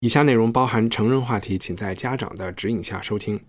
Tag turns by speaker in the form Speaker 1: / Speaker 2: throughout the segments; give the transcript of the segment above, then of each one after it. Speaker 1: 以下内容包含成人话题，请在家长的指引下收听。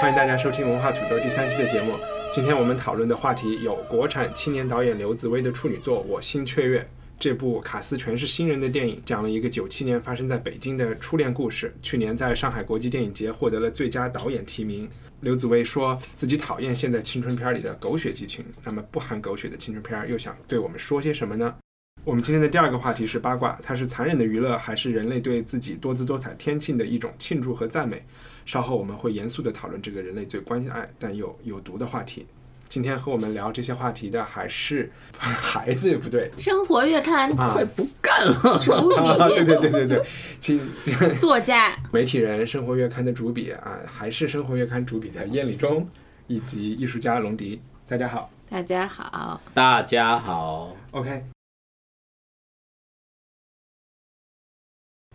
Speaker 1: 欢迎大家收听文化土豆第三期的节目。今天我们讨论的话题有国产青年导演刘紫薇的处女作《我心雀跃》。这部卡斯全是新人的电影，讲了一个九七年发生在北京的初恋故事。去年在上海国际电影节获得了最佳导演提名。刘紫薇说自己讨厌现在青春片里的狗血激情，那么不含狗血的青春片又想对我们说些什么呢？我们今天的第二个话题是八卦，它是残忍的娱乐，还是人类对自己多姿多彩天性的一种庆祝和赞美？稍后我们会严肃地讨论这个人类最关爱但又有毒的话题。今天和我们聊这些话题的还是 孩子，不对，
Speaker 2: 生活月 刊
Speaker 1: 啊
Speaker 3: 快不干了！
Speaker 1: 啊，对对对对对，请
Speaker 2: 作家
Speaker 1: 媒体人《生活月刊》的主笔啊，还是《生活月刊》主笔的燕礼中，以及艺术家龙迪，大家好。
Speaker 2: 大家好，
Speaker 3: 大家好，
Speaker 1: OK。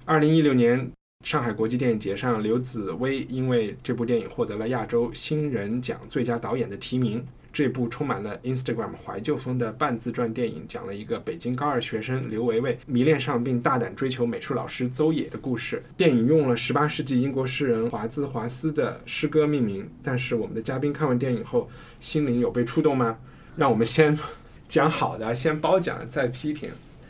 Speaker 1: 二零一六年上海国际电影节上，刘紫薇因为这部电影获得了亚洲新人奖最佳导演的提名。这部充满了 Instagram 怀旧风的半自传电影，讲了一个北京高二学生刘维维迷恋上并大胆追求美术老师邹野的故事。电影用了18世纪英国诗人华兹华斯的诗歌命名，但是我们的嘉宾看完电影后，心灵有被触动吗？让我们先讲好的，先褒奖再批评。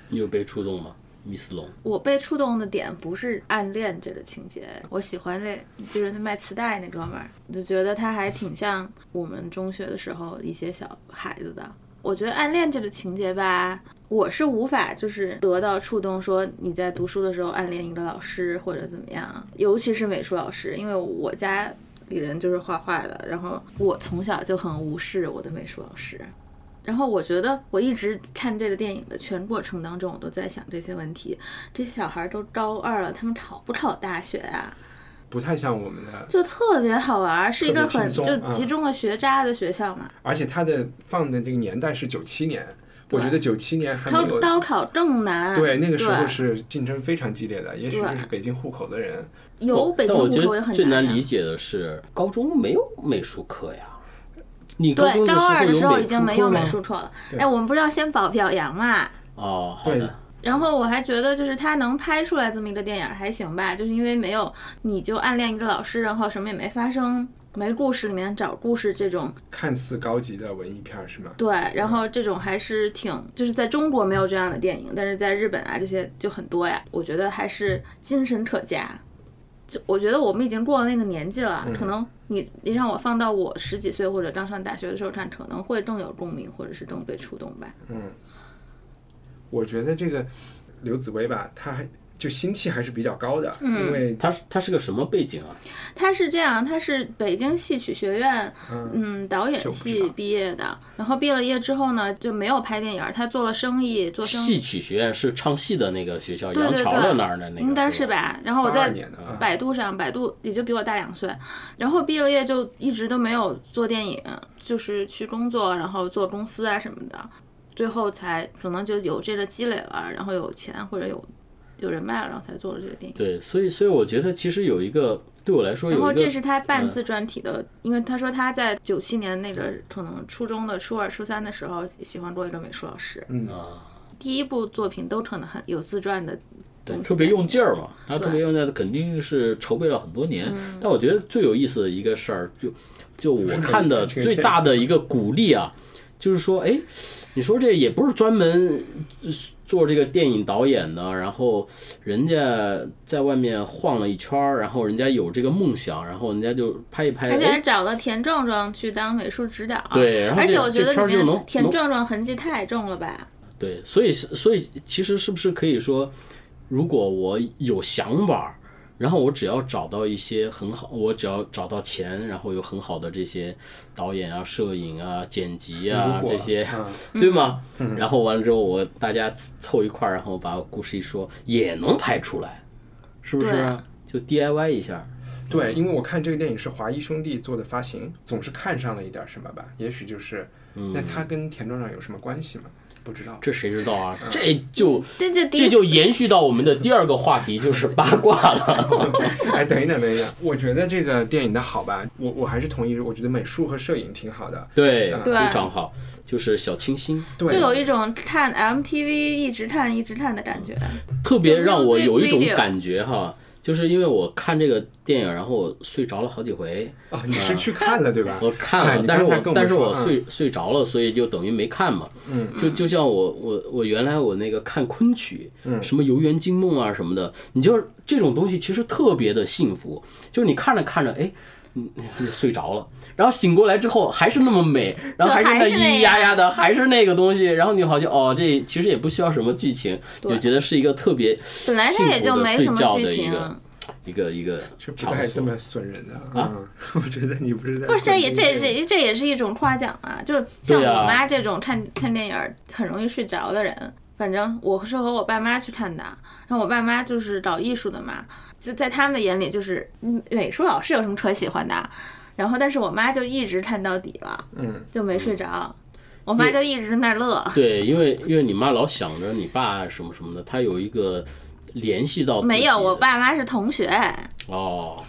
Speaker 3: 你有被触动吗，Miss 龙？
Speaker 2: 我被触动的点不是暗恋这个情节，我喜欢那就是那卖磁带那哥们儿，我就觉得他还挺像我们中学的时候一些小孩子的。我觉得暗恋这个情节吧，我是无法就是得到触动，说你在读书的时候暗恋一个老师或者怎么样，尤其是美术老师，因为我家里人就是画画的，然后我从小就很无视我的美术老师，然后我觉得我一直看这个电影的全过程当中，我都在想这些问题：这些小孩儿都高二了，他们考不考大学啊？
Speaker 1: 不太像我们的，
Speaker 2: 就特别好玩儿，是一个很
Speaker 1: 特
Speaker 2: 就
Speaker 1: 别轻松嗯
Speaker 2: 集中了学渣的学校嘛。
Speaker 1: 而且它的放的这个年代是九七年，我觉得九七年还
Speaker 2: 高
Speaker 1: 没有
Speaker 2: 高考更难，
Speaker 1: 对那个时候
Speaker 2: 对
Speaker 1: 是竞争非常激烈的，也许
Speaker 2: 对
Speaker 1: 就是北京户口的人，
Speaker 2: 有北京
Speaker 3: 哦但
Speaker 2: 户
Speaker 3: 我觉
Speaker 2: 口也
Speaker 3: 得
Speaker 2: 很
Speaker 3: 最
Speaker 2: 难
Speaker 3: 难
Speaker 2: 呀
Speaker 3: 理解的是，高中没有美术课呀。你高中
Speaker 2: 对，高二的时候
Speaker 3: 候
Speaker 2: 已经没有美术课了。
Speaker 1: 对
Speaker 2: 哎，我们不是要先保表扬嘛？
Speaker 3: 哦，好
Speaker 1: 对
Speaker 3: 的，
Speaker 2: 然后我还觉得，就是他能拍出来这么一个电影儿还行吧，就是因为没有你就暗恋一个老师，然后什么也没发生，没故事里面找故事这种，
Speaker 1: 看似高级的文艺片儿是吗？
Speaker 2: 对，然后这种还是挺，就是在中国没有这样的电影，但是在日本啊这些就很多呀，我觉得还是精神可嘉。就我觉得我们已经过了那个年纪了，
Speaker 1: 嗯
Speaker 2: 可能你你让我放到我十几岁或者刚上大学的时候看，可能会更有共鸣，或者是更被触动吧。
Speaker 1: 嗯我觉得这个刘紫薇吧，她还就心气还是比较高的，
Speaker 2: 嗯
Speaker 1: 因为
Speaker 3: 他是他是个什么背景啊？
Speaker 2: 他是这样，他是北京戏曲学院，嗯，导演
Speaker 1: 这我不知
Speaker 2: 系
Speaker 1: 道
Speaker 2: 毕业的。然后毕了业之后呢，就没有拍电影儿，他做了生意，做生
Speaker 3: 戏
Speaker 2: 意，
Speaker 3: 曲学院是唱戏的那个学校，
Speaker 2: 对
Speaker 3: 杨
Speaker 2: 对
Speaker 3: 桥
Speaker 2: 对
Speaker 3: 的那儿的那个，
Speaker 2: 应该是
Speaker 3: 吧？
Speaker 2: 吧。然后我
Speaker 1: 八二
Speaker 2: 在
Speaker 1: 年的
Speaker 3: 嗯
Speaker 1: 啊，
Speaker 2: 百度上，百度也就比我大两岁。然后毕了业就一直都没有做电影，就是去工作，然后做公司啊什么的。最后才可能就有这个积累了，然后有钱或者有有人脉了，然后才做了这个电影。
Speaker 3: 对，所以所以我觉得其实有一个对我来说有
Speaker 2: 然后
Speaker 3: 一个嗯
Speaker 2: 这是他半自传体的，因为他说他在九七年那个可能初中的初二、初三的时候喜欢过一个美术老师，
Speaker 3: 啊，
Speaker 2: 第一部作品都可能很有自传的
Speaker 3: 对，特别用劲儿嘛，他特别用劲儿，肯定是筹备了很多年。
Speaker 2: 嗯
Speaker 3: 但我觉得最有意思的一个事儿，就就我看的
Speaker 1: 这个
Speaker 3: 最大的一个鼓 励啊，就是说，哎，你说这也不是专门呃做这个电影导演的，然后人家在外面晃了一圈儿，然后人家有这个梦想，然后人家就拍一拍，
Speaker 2: 而且还
Speaker 3: 哎，
Speaker 2: 找了田壮壮去当美术指导。
Speaker 3: 对然后
Speaker 2: 而且
Speaker 3: 这
Speaker 2: 我觉得
Speaker 3: 这片儿
Speaker 2: 里
Speaker 3: 就
Speaker 2: 面
Speaker 3: 能
Speaker 2: 田
Speaker 3: 能
Speaker 2: 壮壮痕迹太重了吧？
Speaker 3: 对，所以所以其实是不是可以说，如果我有想法儿，然后我只要找到一些很好，我只要找到钱，然后有很好的这些导演啊、摄影啊、剪辑啊
Speaker 1: 如果
Speaker 3: 这些，
Speaker 1: 嗯
Speaker 3: 对吗？然后完了之后，我大家凑一块儿，然后把故事一说，也能拍出来，是不是
Speaker 2: 对啊
Speaker 3: 啊？就 DIY 一下，
Speaker 1: 对，因为我看这个电影是华谊兄弟做的发行，总是看上了一点什么吧，也许就是，那它跟田壮壮有什么关系吗？不知道。
Speaker 3: 这谁知道啊？
Speaker 1: 嗯
Speaker 3: 这就
Speaker 2: 这就第
Speaker 3: 这
Speaker 2: 一
Speaker 3: 就延续到我们的第二个话题，就是八卦 了。
Speaker 1: 哎，等一等，等一等，我觉得这个电影的好吧，我我还是同意，我觉得美术和摄影挺好的。
Speaker 3: 对，
Speaker 1: 嗯
Speaker 3: 非
Speaker 2: 对
Speaker 3: 常好，就是小清新，
Speaker 1: 对，
Speaker 2: 就有一种看 MTV 一直看一直看的感觉。
Speaker 3: 特别
Speaker 2: 就
Speaker 3: 让我
Speaker 2: music
Speaker 3: 有一种
Speaker 2: video
Speaker 3: 感觉哈，就是因为我看这个电影，然后我睡着了好几回。
Speaker 1: 哦，你是去看了对吧？
Speaker 3: 我看
Speaker 1: 哎
Speaker 3: 了，
Speaker 1: 你
Speaker 3: 但是
Speaker 1: 刚才
Speaker 3: 我
Speaker 1: 跟
Speaker 3: 但是
Speaker 1: 说
Speaker 3: 我
Speaker 1: 嗯
Speaker 3: 睡睡着了，所以就等于没看嘛。
Speaker 1: 嗯，
Speaker 3: 就就像我我我原来我那个看昆曲，
Speaker 1: 嗯
Speaker 3: 什么《游园惊梦》啊什么的，你就是这种东西其实特别的幸福，就是你看着看着，哎。你你睡着了，然后醒过来之后还是那么美，然后还是那
Speaker 2: 还是那
Speaker 3: 咿咿呀呀的，还是那个东西，然后你好像哦，这其实也不需要什么剧情，
Speaker 2: 对
Speaker 3: 就觉得是一个特别
Speaker 2: 本来它也就没什么剧
Speaker 3: 幸福的睡觉
Speaker 2: 情
Speaker 3: 的，一个一个
Speaker 1: 是不
Speaker 3: 场
Speaker 1: 带这
Speaker 3: 所。
Speaker 1: 么损人的啊！ 我觉得你不是在
Speaker 2: 不是这
Speaker 1: 损
Speaker 2: 也
Speaker 1: 人
Speaker 2: 这
Speaker 1: 的
Speaker 2: 这这也是一种夸奖啊！就是像
Speaker 3: 对啊
Speaker 2: 我妈这种看看电影儿很容易睡着的人，反正我是和我爸妈去看的，然后我爸妈就是搞艺术的嘛，就在他们的眼里就是嗯美术老师有什么可喜欢的，然后但是我妈就一直看到底了，
Speaker 1: 嗯，
Speaker 2: 就没睡着，
Speaker 3: 嗯
Speaker 2: 我妈就一直在那儿乐。
Speaker 3: 对，因为因为你妈老想着你爸什么什么的，她有一个联系到自己
Speaker 2: 没有，
Speaker 3: 的
Speaker 2: 我爸妈是同 学，
Speaker 3: 哦，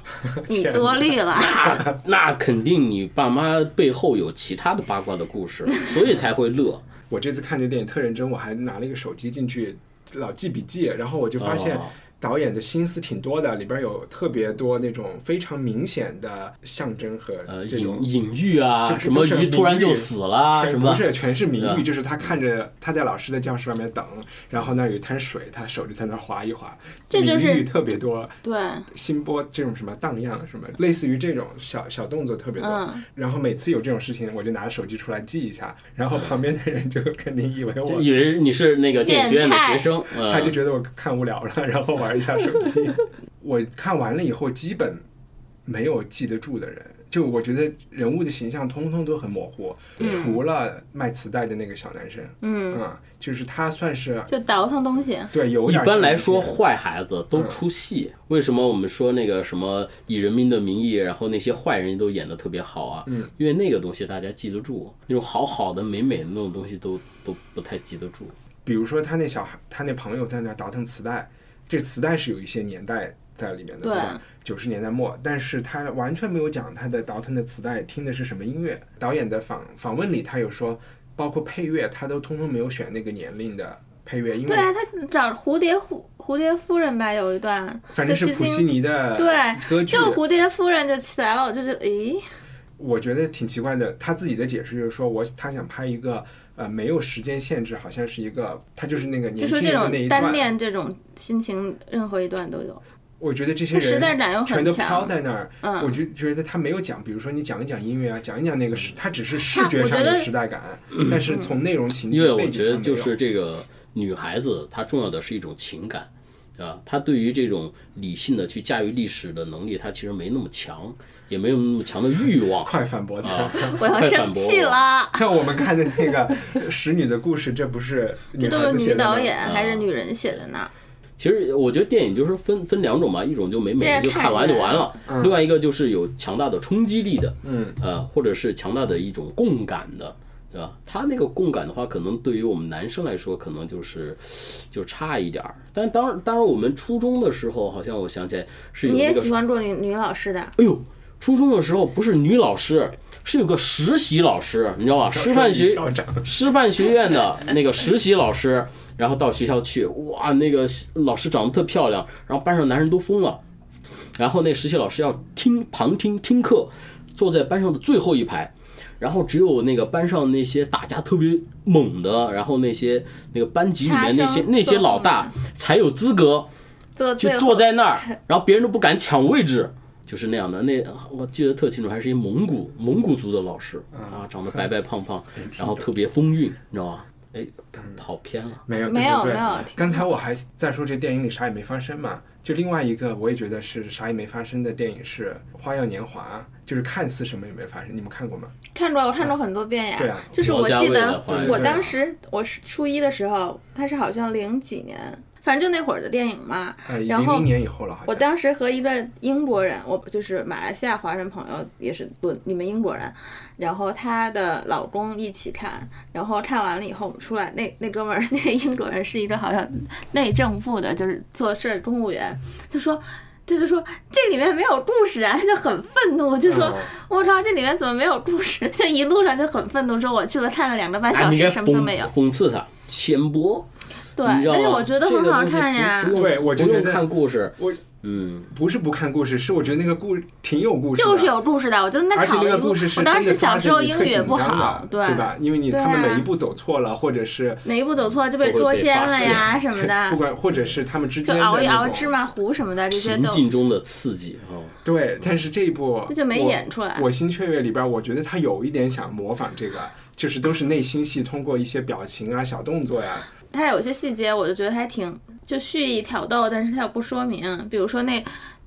Speaker 2: 你多虑了。
Speaker 3: 那那肯定你爸妈背后有其他的八卦的故事，所以才会乐。
Speaker 1: 我这次看这电影特认真，我还拿了一个手机进去老记笔记，然后我就发现
Speaker 3: 哦
Speaker 1: 导演的心思挺多的，里边有特别多那种非常明显的象征和
Speaker 3: 呃，
Speaker 1: 这
Speaker 3: 隐
Speaker 1: 种。
Speaker 3: 隐喻啊，
Speaker 1: 这
Speaker 3: 什
Speaker 1: 不
Speaker 3: 么
Speaker 1: 就是
Speaker 3: 鱼突然
Speaker 1: 名
Speaker 3: 就
Speaker 1: 誉
Speaker 3: 死了，啊
Speaker 1: 全
Speaker 3: 什
Speaker 1: 不
Speaker 3: 么
Speaker 1: 是，全是
Speaker 3: 对
Speaker 1: 名
Speaker 3: 吧
Speaker 1: 誉，就是他看着他在老师的教室外面等，然后那儿有一滩水，他手就在那儿划一划，
Speaker 2: 这就是
Speaker 1: 名誉特别多，
Speaker 2: 对，
Speaker 1: 心波这种什么荡漾什么，类似于这种小小动作特别多。
Speaker 2: 嗯
Speaker 1: 然后每次有这种事情，我就拿手机出来记一下，然后旁边的人就肯定以为
Speaker 3: 就
Speaker 1: 我
Speaker 3: 以为你是那个电影学院的
Speaker 2: 变态
Speaker 3: 学生，嗯
Speaker 1: 他就觉得我看无聊了， 然后玩一下手 机。我看完了以后，基本没有记得住的人，就我觉得人物的形象通通都很模糊，除了卖磁带的那个小男生，
Speaker 2: 嗯，
Speaker 1: 嗯，就是他算是
Speaker 2: 就倒腾东西。
Speaker 1: 对有
Speaker 3: 一
Speaker 1: 点
Speaker 3: 般来
Speaker 1: 像嗯
Speaker 3: 说，
Speaker 1: 是
Speaker 3: 坏孩子都出戏。为什么我们说那个什么以人民的名义，然后那些坏人都演得特别好啊？
Speaker 1: 嗯，
Speaker 3: 因为那个东西大家记得住，那种好好的、美美的那种东西都都不太记得住。
Speaker 1: 比如说他那小孩，他那朋友在那倒腾磁带，这磁带是有一些年代在里面的，
Speaker 2: 对
Speaker 1: 吧？九十年代末，但是他完全没有讲他的倒腾的磁带听的是什么音乐。导演的访访问里，他有说，包括配乐，他都通通没有选那个年龄的配乐，因为
Speaker 2: 对啊，他找蝴蝶夫蝴蝶夫人吧，有一段，
Speaker 1: 反正是
Speaker 2: 就
Speaker 1: 普
Speaker 2: 吸
Speaker 1: 西
Speaker 2: 睛
Speaker 1: 尼的
Speaker 2: 对
Speaker 1: 歌剧
Speaker 2: 就，蝴蝶夫人就起来了，我就觉得，咦，
Speaker 1: 我觉得挺奇怪的。他自己的解释就是说我他想拍一个呃没有时间限制，好像是一个他就是那个
Speaker 2: 就
Speaker 1: 年
Speaker 2: 说
Speaker 1: 轻
Speaker 2: 这
Speaker 1: 人的那
Speaker 2: 种
Speaker 1: 一
Speaker 2: 单
Speaker 1: 段。
Speaker 2: 恋这种心情，任何一段都有，
Speaker 1: 我觉得这些
Speaker 2: 他时
Speaker 1: 人
Speaker 2: 代感又
Speaker 1: 全
Speaker 2: 很
Speaker 1: 都飘
Speaker 2: 强。
Speaker 1: 在那儿，
Speaker 2: 嗯
Speaker 1: 我就觉得他没有讲，比如说你讲一讲音乐啊，讲一讲那个时，他只是视
Speaker 2: 嗯他
Speaker 1: 觉
Speaker 2: 我
Speaker 1: 上
Speaker 2: 觉
Speaker 1: 的
Speaker 2: 得嗯
Speaker 1: 时代感，但是从内容情
Speaker 3: 因
Speaker 1: 节
Speaker 3: 为我
Speaker 1: 背
Speaker 3: 觉
Speaker 1: 景
Speaker 3: 得
Speaker 1: 上
Speaker 3: 就
Speaker 1: 没有
Speaker 3: 是。这个女孩子，她重要的是一种情感，啊，她对于这种理性的去驾驭历史的能力，她其实没那么强，也没有那么强的欲望。
Speaker 1: 快反驳
Speaker 3: 啊
Speaker 1: 他！
Speaker 2: 我要
Speaker 3: 快
Speaker 2: 生
Speaker 3: 反驳
Speaker 2: 气
Speaker 3: 我
Speaker 2: 了，
Speaker 1: 看我们看的那个《使女的故事》，这不是女
Speaker 2: 这
Speaker 1: 孩
Speaker 2: 都
Speaker 1: 子
Speaker 2: 是
Speaker 1: 写
Speaker 2: 女
Speaker 1: 的吗啊
Speaker 2: 导演还是女人写的呢？
Speaker 3: 其实我觉得电影就是分分两种嘛，一种就美美的
Speaker 2: 这
Speaker 3: 就
Speaker 2: 样看
Speaker 3: 看完就完了，
Speaker 1: 人
Speaker 3: 另外一个就是有强大的冲击力的，
Speaker 1: 嗯，
Speaker 3: 呃，或者是强大的一种共感的，对吧？他那个共感的话，可能对于我们男生来说，可能就是就差一点儿。但当然，当然我们初中的时候，好像我想起来是有
Speaker 2: 你
Speaker 3: 那
Speaker 2: 也
Speaker 3: 个
Speaker 2: 喜欢做女女老师的，
Speaker 3: 哎呦，初中的时候不是女老师，是有个实习老师，你知道吧？师范学
Speaker 1: 校长
Speaker 3: 师范学院的那个实习老师，然后到学校去，哇，那个老师长得特漂亮，然后班上男人都疯了。然后那实习老师要听旁听听课，坐在班上的最后一排，然后只有那个班上那些打架特别猛的，然后那些那个班级里面那
Speaker 2: 插
Speaker 3: 些
Speaker 2: 手
Speaker 3: 那些老大才有资格
Speaker 2: 坐
Speaker 3: 就
Speaker 2: 最后
Speaker 3: 坐在那儿，然后别人都不敢抢位置，就是那样的。那我记得特清楚，还是一 啊蒙古蒙古族的老师啊，长得白白胖胖，然后特别风韵，你知道吗？哎，
Speaker 1: 嗯
Speaker 3: 跑偏了。
Speaker 1: 没有，对
Speaker 2: 没有
Speaker 1: 对对
Speaker 2: 没有挺
Speaker 1: 刚才我还在说这电影里啥也没发生嘛，就另外一个我也觉得是啥也没发生的电影是《花样年华》，就是看似什么也没发生，你们看过吗？
Speaker 2: 看出来，我看过很多遍呀。
Speaker 1: 对啊
Speaker 2: 就是我
Speaker 3: 王
Speaker 2: 记
Speaker 3: 家卫的
Speaker 2: 得
Speaker 3: 话
Speaker 2: 我当时我是初一的时候，他是好像零几年，反正就那会儿的电影嘛。
Speaker 1: 呃，零
Speaker 2: 然后
Speaker 1: 零年以后了，好像。
Speaker 2: 我当时和一个英国人，我就是马来西亚华人朋友，也是伦你们英国人，然后她的老公一起看，然后看完了以后我们出来，那那哥们儿 那个英国人是一个好像内政部的，就是做事儿公务员，就说。他就说这里面没有故事啊，他就很愤怒，就说
Speaker 1: 嗯
Speaker 2: 我操，这里面怎么没有故事？ 就一路上就很愤怒，说我去了看了两个半
Speaker 3: 哎
Speaker 2: 小
Speaker 3: 你应
Speaker 2: 时，
Speaker 3: 该
Speaker 2: 什么都
Speaker 3: 讽
Speaker 2: 没有。
Speaker 3: 讽刺他，浅薄，
Speaker 2: 对
Speaker 3: 你，知道吗
Speaker 2: 但是我觉得很好看呀。
Speaker 3: 这个东西不
Speaker 1: 对
Speaker 3: 不用
Speaker 1: 我就
Speaker 3: 不
Speaker 1: 觉
Speaker 3: 用
Speaker 1: 得
Speaker 3: 看故事，
Speaker 1: 我
Speaker 3: 嗯，
Speaker 1: 不是不看故事，是我觉得那个故挺有故事的，
Speaker 2: 就是有故事的，我觉得那
Speaker 1: 而且
Speaker 2: 吵
Speaker 1: 那
Speaker 2: 得
Speaker 1: 个
Speaker 2: 一路
Speaker 1: 故事是
Speaker 2: 我当
Speaker 1: 真
Speaker 2: 时
Speaker 1: 的
Speaker 2: 小
Speaker 1: 抓
Speaker 2: 时候
Speaker 1: 着你
Speaker 2: 英
Speaker 1: 特
Speaker 2: 语也
Speaker 1: 紧
Speaker 2: 不
Speaker 1: 张
Speaker 2: 好
Speaker 1: 了，，
Speaker 2: 对
Speaker 1: 吧？因为你
Speaker 2: 对
Speaker 1: 他们
Speaker 2: 啊
Speaker 1: 每一步走错了，或者 是
Speaker 2: 哪一步走错就被捉奸了呀什 么
Speaker 1: 不
Speaker 2: 的，
Speaker 1: 管或者是他们之
Speaker 2: 就
Speaker 1: 间的
Speaker 2: 熬一熬
Speaker 1: 那种
Speaker 2: 芝麻糊什么的，这些
Speaker 3: 情
Speaker 2: 都
Speaker 3: 境中的刺激啊，哦
Speaker 1: 对，但是这一部
Speaker 2: 这就没
Speaker 1: 我
Speaker 2: 演出来
Speaker 1: 我新雀跃里边儿，我觉得他有一点想模仿这个，就是都是内心戏，通过一些表情啊、小动作呀、
Speaker 2: 它有些细节我就觉得还挺就蓄意挑逗，但是它又不说明，比如说那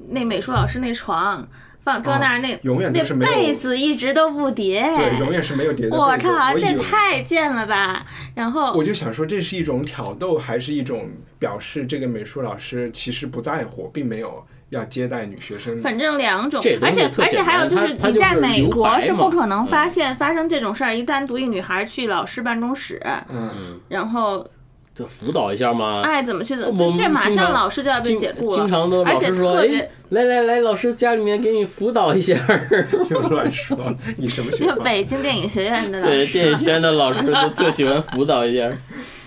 Speaker 2: 那美术老师那床放搁那儿那
Speaker 1: 啊永远都
Speaker 2: 那
Speaker 1: 是没有
Speaker 2: 被子一直都不叠，
Speaker 1: 对，永远是没有叠的
Speaker 2: 我
Speaker 1: 动作
Speaker 2: 靠，
Speaker 1: 以
Speaker 2: 这
Speaker 1: 为
Speaker 2: 太贱了吧！然后
Speaker 1: 我就想说，这是一种挑逗，还是一种表示这个美术老师其实不在乎，并没有要接待女学生？
Speaker 2: 反正两种
Speaker 3: 这，东
Speaker 2: 而
Speaker 3: 西
Speaker 2: 且
Speaker 3: 特
Speaker 2: 而且
Speaker 3: 简单
Speaker 2: 还有就是
Speaker 3: 它它
Speaker 2: 你在
Speaker 3: 就是
Speaker 2: 美
Speaker 3: 留白
Speaker 2: 国是
Speaker 3: 嘛
Speaker 2: 不可能
Speaker 3: 嗯
Speaker 2: 发现发生这种事儿，一单独一女孩去老师办公室，
Speaker 1: 嗯，
Speaker 2: 然后
Speaker 3: 就辅导一下嘛。
Speaker 2: 爱怎么去怎么，
Speaker 3: 啊
Speaker 2: 这
Speaker 3: 我们
Speaker 2: 这马
Speaker 3: 经
Speaker 2: 上
Speaker 3: 常
Speaker 2: 老师就要哎被
Speaker 3: 经
Speaker 2: 解雇了，
Speaker 3: 经常都
Speaker 2: 而
Speaker 3: 老
Speaker 2: 且
Speaker 3: 师说，
Speaker 2: 特
Speaker 3: 哎
Speaker 2: 别，
Speaker 3: 来来来，老师家里面给你辅导一下儿。
Speaker 1: 又乱说，你什么学
Speaker 2: 就
Speaker 1: 校？
Speaker 2: 北京电影学院的老
Speaker 3: 对，
Speaker 2: 师
Speaker 3: 电影学院的老师都特喜欢辅导一下儿。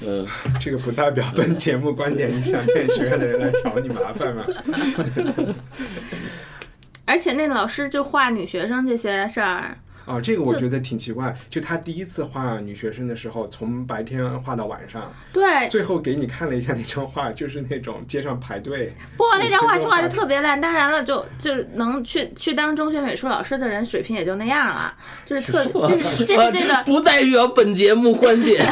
Speaker 3: 嗯，
Speaker 1: 这个不代表本节目观点，你想电影学院的人来找你麻烦 吗？
Speaker 2: 而且那老师就画女学生这些事儿，
Speaker 1: 哦，这个我觉得挺奇怪，就他第一次画女学生的时候，从白天画到晚上，
Speaker 2: 对，
Speaker 1: 最后给你看了一下那张画，就是那种街上排队，
Speaker 2: 不过那张画
Speaker 1: 你听说
Speaker 2: 画的
Speaker 1: 过
Speaker 2: 特别烂，当然了，就就能去去当中学美术老师的人水平也就那样了， 就是特这是这是这个
Speaker 3: 啊不代表本节目观点。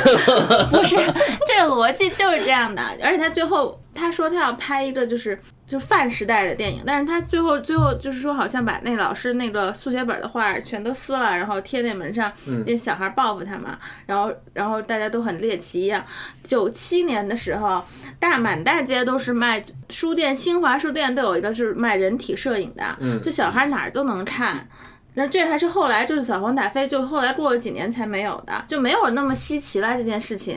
Speaker 2: 不是， 这个逻辑就是这样的。而且他最后他说他要拍一个就是就是泛时代的电影，但是他最后最后就是说好像把那老师那个速写本的画全都撕了，然后贴那门上，那小孩报复他嘛，然后然后大家都很猎奇一样。九七年的时候，大满大街都是卖书店，新华书店都有一个是卖人体摄影的，
Speaker 1: 嗯
Speaker 2: 就小孩哪儿都能看。然后这还是后来就是小黄打飞，就后来过了几年才没有的，就没有那么稀奇了这件事情。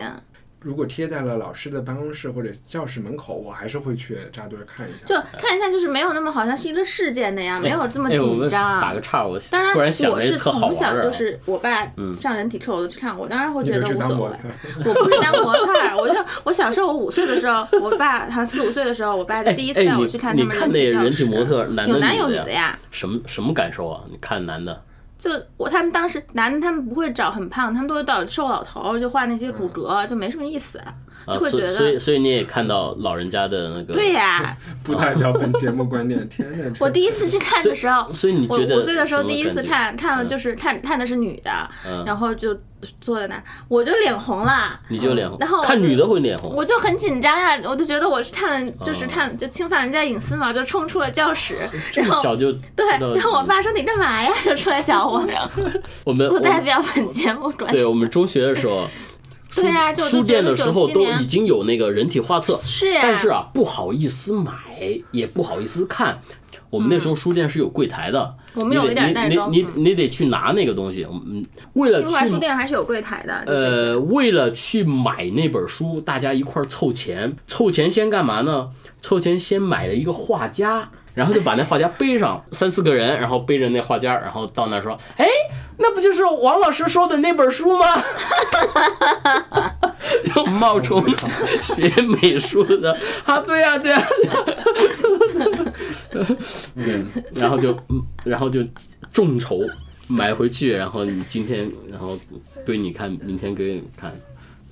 Speaker 1: 如果贴在了老师的办公室或者教室门口，我还是会去扎堆看一下。
Speaker 2: 就看一下，就是没有那么好像是一个事件那样， 没有这么
Speaker 3: 哎，我
Speaker 2: 紧
Speaker 3: 们
Speaker 2: 张。啊
Speaker 3: 打个岔，我
Speaker 2: 当然，
Speaker 3: 突然想
Speaker 2: 我
Speaker 3: 着一
Speaker 2: 是
Speaker 3: 个特好
Speaker 2: 从
Speaker 3: 玩
Speaker 2: 小
Speaker 3: 儿嗯
Speaker 2: 就
Speaker 3: 啊。
Speaker 2: 是我爸上人体课我都去看，我当然会
Speaker 1: 你
Speaker 2: 觉
Speaker 1: 就
Speaker 2: 得
Speaker 1: 去
Speaker 2: 无
Speaker 1: 当
Speaker 2: 所
Speaker 1: 模
Speaker 2: 谓
Speaker 1: 特。，
Speaker 2: 我不是当模特儿，我就我小时候，我五岁的时候，我爸好像四五岁的时候，我爸就第一次
Speaker 3: 哎
Speaker 2: 带
Speaker 3: 哎
Speaker 2: 我
Speaker 3: 你
Speaker 2: 去看
Speaker 3: 你
Speaker 2: 他们
Speaker 3: 看那
Speaker 2: 体教
Speaker 3: 人体
Speaker 2: 室，
Speaker 3: 模特男的
Speaker 2: 有男有
Speaker 3: 女
Speaker 2: 女
Speaker 3: 的
Speaker 2: 的呀。
Speaker 3: 什么什么感受啊？你看男的，
Speaker 2: 就我他们当时男的他们不会找很胖，他们都会找瘦老头儿，就画那些骨骼，就没什么意思，
Speaker 3: 嗯啊
Speaker 2: 就，会
Speaker 3: 所
Speaker 2: 觉
Speaker 3: 以所以
Speaker 2: 得。
Speaker 3: 所以你也看到老人家的那个
Speaker 2: 对呀、
Speaker 1: 不代表本节目观点。天哪，
Speaker 2: 我
Speaker 1: 这
Speaker 2: 第一次去看的时候，
Speaker 3: 所以所以你
Speaker 2: 我
Speaker 3: 觉得
Speaker 2: 五岁的时候
Speaker 3: 什么
Speaker 2: 第一次
Speaker 3: 感觉
Speaker 2: 看，看了
Speaker 3: 嗯
Speaker 2: 就是看看的是女的，
Speaker 3: 嗯
Speaker 2: 然后就坐在那儿，我就脸红了。
Speaker 3: 你就脸红，
Speaker 2: 然后我
Speaker 3: 看女的会脸红，哦
Speaker 2: 我就很紧张呀、我就觉得我是看了，就是看就侵犯人家隐私嘛，就冲出了教 室，然
Speaker 3: 小
Speaker 2: 后
Speaker 3: 就
Speaker 2: 对，然后我
Speaker 3: 爸
Speaker 2: 爸说你干嘛呀，就出来找我，
Speaker 3: 我们
Speaker 2: 不
Speaker 3: 我
Speaker 2: 代
Speaker 3: 们
Speaker 2: 表本节目观
Speaker 3: 对我们中学的时候，
Speaker 2: 对呀、就我
Speaker 3: 书
Speaker 2: 就觉
Speaker 3: 店
Speaker 2: 得
Speaker 3: 的时
Speaker 2: 九
Speaker 3: 候
Speaker 2: 七
Speaker 3: 都已
Speaker 2: 年
Speaker 3: 经有那个人体画册，
Speaker 2: 是呀、
Speaker 3: 但是啊，不好意思买，也不好意思看。我们那时候书店是有柜台的，
Speaker 2: 嗯我们有一点
Speaker 3: 你得
Speaker 2: 代
Speaker 3: 你
Speaker 2: 沟
Speaker 3: 你你
Speaker 2: 嗯
Speaker 3: 你得去拿那个东西。嗯，为了
Speaker 2: 新华书
Speaker 3: 去
Speaker 2: 店还是有柜台的，就这些
Speaker 3: 呃，为了去买那本书，大家一块儿凑钱，凑钱先干嘛呢？凑钱先买了一个画家，然后就把那画家 背上，三四个人，然后背着那画家，然后到那儿说：“哎，那不就是王老师说的那本书吗？” 就冒充学美术的啊，对呀、对呀、嗯， 然后就，嗯然后就众筹买回去，然后你今天，然后归你看，明天归你看，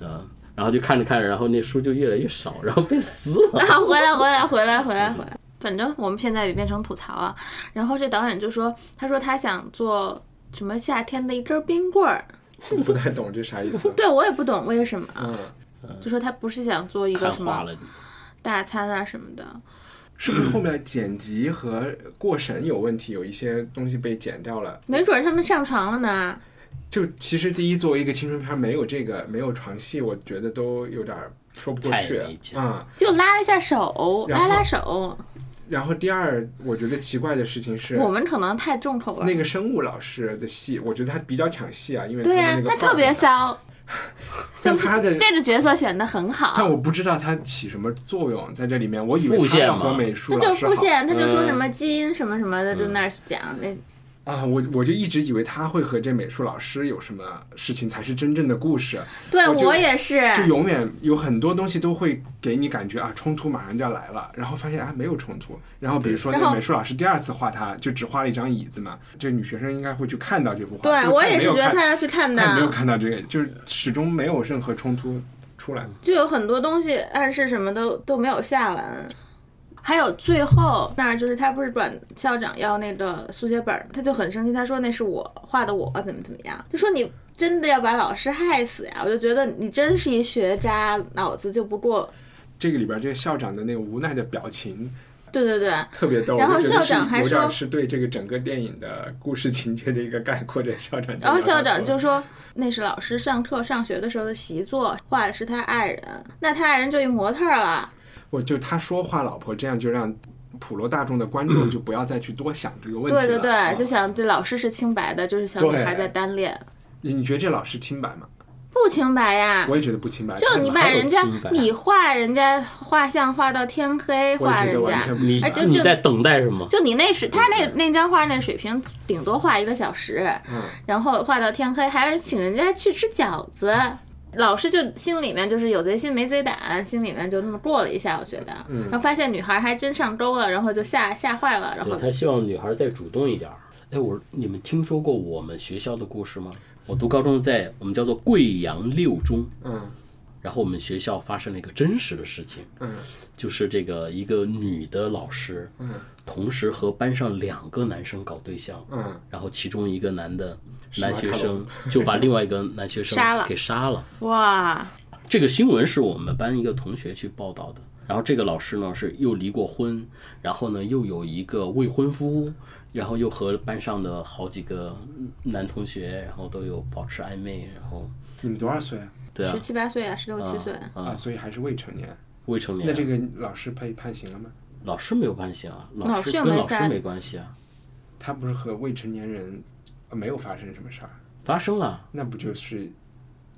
Speaker 3: 啊，然后就看着看着，然后那书就越来越少，然后被撕了。
Speaker 2: 啊， 回来，回来，回来，回来，回来。反正我们现在也变成吐槽了。然后这导演就说，他说他想做什么夏天的一根冰棍儿，
Speaker 1: 不不太懂这啥意思。
Speaker 2: 对我也不懂为什么，啊
Speaker 1: 嗯，
Speaker 2: 就说他不是想做一个
Speaker 3: 看
Speaker 2: 什
Speaker 3: 化了
Speaker 2: 么
Speaker 3: 你。
Speaker 2: 大餐啊什么的，
Speaker 1: 是不是后面剪辑和过审有问题，有一些东西被剪掉了？
Speaker 2: 没准儿他们上床了呢。
Speaker 1: 就其实第一，作为一个青春片，没有这个没有床戏，我觉得都有点儿说不过去
Speaker 3: 太理解
Speaker 1: 啊、嗯。
Speaker 2: 就拉了一下手，
Speaker 1: 然后
Speaker 2: 拉拉手。
Speaker 1: 然后第二，我觉得奇怪的事情是，
Speaker 2: 我们可能太重口味。
Speaker 1: 那个生物老师的戏，我觉得他比较抢戏啊，因为
Speaker 2: 对
Speaker 1: 呀、
Speaker 2: 呀、他特别骚，
Speaker 1: 但他的，
Speaker 2: 这个角色选的很
Speaker 1: 但
Speaker 2: 好。
Speaker 1: 我不知道他起什么作用在这里面，我以为
Speaker 3: 复
Speaker 1: 他
Speaker 3: 现
Speaker 1: 要
Speaker 3: 嘛
Speaker 1: 和美术
Speaker 2: 他就
Speaker 1: 老
Speaker 2: 是
Speaker 1: 师
Speaker 2: 复
Speaker 1: 好
Speaker 2: 现，他就说什
Speaker 1: 嗯
Speaker 2: 么基因什么什么的，就那儿讲那。
Speaker 1: 啊，我我就一直以为他会和这美术老师有什么事情才是真正的故事，
Speaker 2: 对
Speaker 1: 我就
Speaker 2: 我也是，
Speaker 1: 就永远有很多东西都会给你感觉啊，冲突马上就要来了，然后发现啊没有冲突。然后比如说那
Speaker 2: 然
Speaker 1: 个
Speaker 2: 后
Speaker 1: 美术老师第二次画他，就只画了一张椅子嘛，这女学生应该会去看到这幅画。
Speaker 2: 对我也是觉得
Speaker 1: 他
Speaker 2: 他要去看的，
Speaker 1: 他没有看到这个，就是始终没有任何冲突出来。
Speaker 2: 就有很多东西暗示什么都都没有下文。还有最后那儿就是他不是管校长要那个速写本儿，他就很生气，他说那是我画的我，怎么怎么样，就说你真的要把老师害死呀！我就觉得你真是一学渣，脑子就不过。
Speaker 1: 这个里边这个校长的那个无奈的表情
Speaker 2: 对对对，
Speaker 1: 特别逗，
Speaker 2: 然后
Speaker 1: 我就觉得
Speaker 2: 校长
Speaker 1: 是
Speaker 2: 还
Speaker 1: 有点
Speaker 2: 说
Speaker 1: 是对这个整个电影的故事情节的一个概括。这 个校长就
Speaker 2: 然后
Speaker 1: 聊到
Speaker 2: 校长
Speaker 1: 这
Speaker 2: 就说那是老师上课上学的时候的习作，画的是他爱人，那他爱人就一模特儿了。
Speaker 1: 我就他说话，老婆这样就让普罗大众的观众就不要再去多想这个问题了。
Speaker 2: 对对
Speaker 1: 啊
Speaker 2: 对，就想这老师是清白的，就是小女孩在单恋，
Speaker 1: 你觉得这老师清白吗？
Speaker 2: 不清白呀。
Speaker 1: 我也觉得不清白。
Speaker 2: 就你把
Speaker 3: 还有
Speaker 2: 人家
Speaker 3: 清白，
Speaker 2: 你画人家画像画到天黑，
Speaker 1: 我也
Speaker 2: 画
Speaker 1: 觉得
Speaker 2: 人
Speaker 1: 完
Speaker 2: 家
Speaker 1: 全，不
Speaker 3: 你
Speaker 1: 清白
Speaker 2: 而且就
Speaker 3: 你在等待什么？
Speaker 2: 就你那水，他那那张画那水平，顶多画一个小时，
Speaker 3: 嗯
Speaker 2: 然后画到天黑，还是请人家去吃饺子。老师就心里面就是有贼心没贼胆，心里面就那么过了一下，我觉得，
Speaker 3: 嗯
Speaker 2: 然后发现女孩还真上钩了，然后就吓吓坏了，然
Speaker 3: 对
Speaker 2: 后
Speaker 3: 他希望女孩再主动一点儿。哎，我你们听说过我们学校的故事吗？我读高中在我们叫做贵阳六中，
Speaker 1: 嗯
Speaker 3: 然后我们学校发生了一个真实的事情，
Speaker 1: 嗯
Speaker 3: 就是这个一个女的老师，
Speaker 2: 嗯
Speaker 3: 同时和班上两个男生搞对象，
Speaker 1: 嗯，
Speaker 3: 然后其中一个男的
Speaker 1: 马
Speaker 3: 男学
Speaker 1: 卡
Speaker 3: 生就把另外一个男学生
Speaker 2: 杀了
Speaker 3: 给杀了。
Speaker 2: 哇，
Speaker 3: 这个新闻是我们班一个同学去报道的。然后这个老师呢是又离过婚，然后呢又有一个未婚夫，然后又和班上的好几个男同学，然后都有保持暧昧，然后
Speaker 1: 你们多少岁啊？
Speaker 3: 对啊
Speaker 2: 十，七八岁啊，十六七岁，
Speaker 1: 啊，所以还是未成年。
Speaker 3: 未成年
Speaker 1: 那
Speaker 3: 啊。
Speaker 1: 这个老师被判刑了吗？
Speaker 3: 老师没有关系啊，
Speaker 2: 老
Speaker 3: 老师
Speaker 2: 师又
Speaker 3: 跟
Speaker 2: 没
Speaker 3: 老师
Speaker 2: 在
Speaker 3: 没关系啊，
Speaker 1: 他不是和未成年人呃没有发生什么事儿，
Speaker 3: 发生了
Speaker 1: 那不就是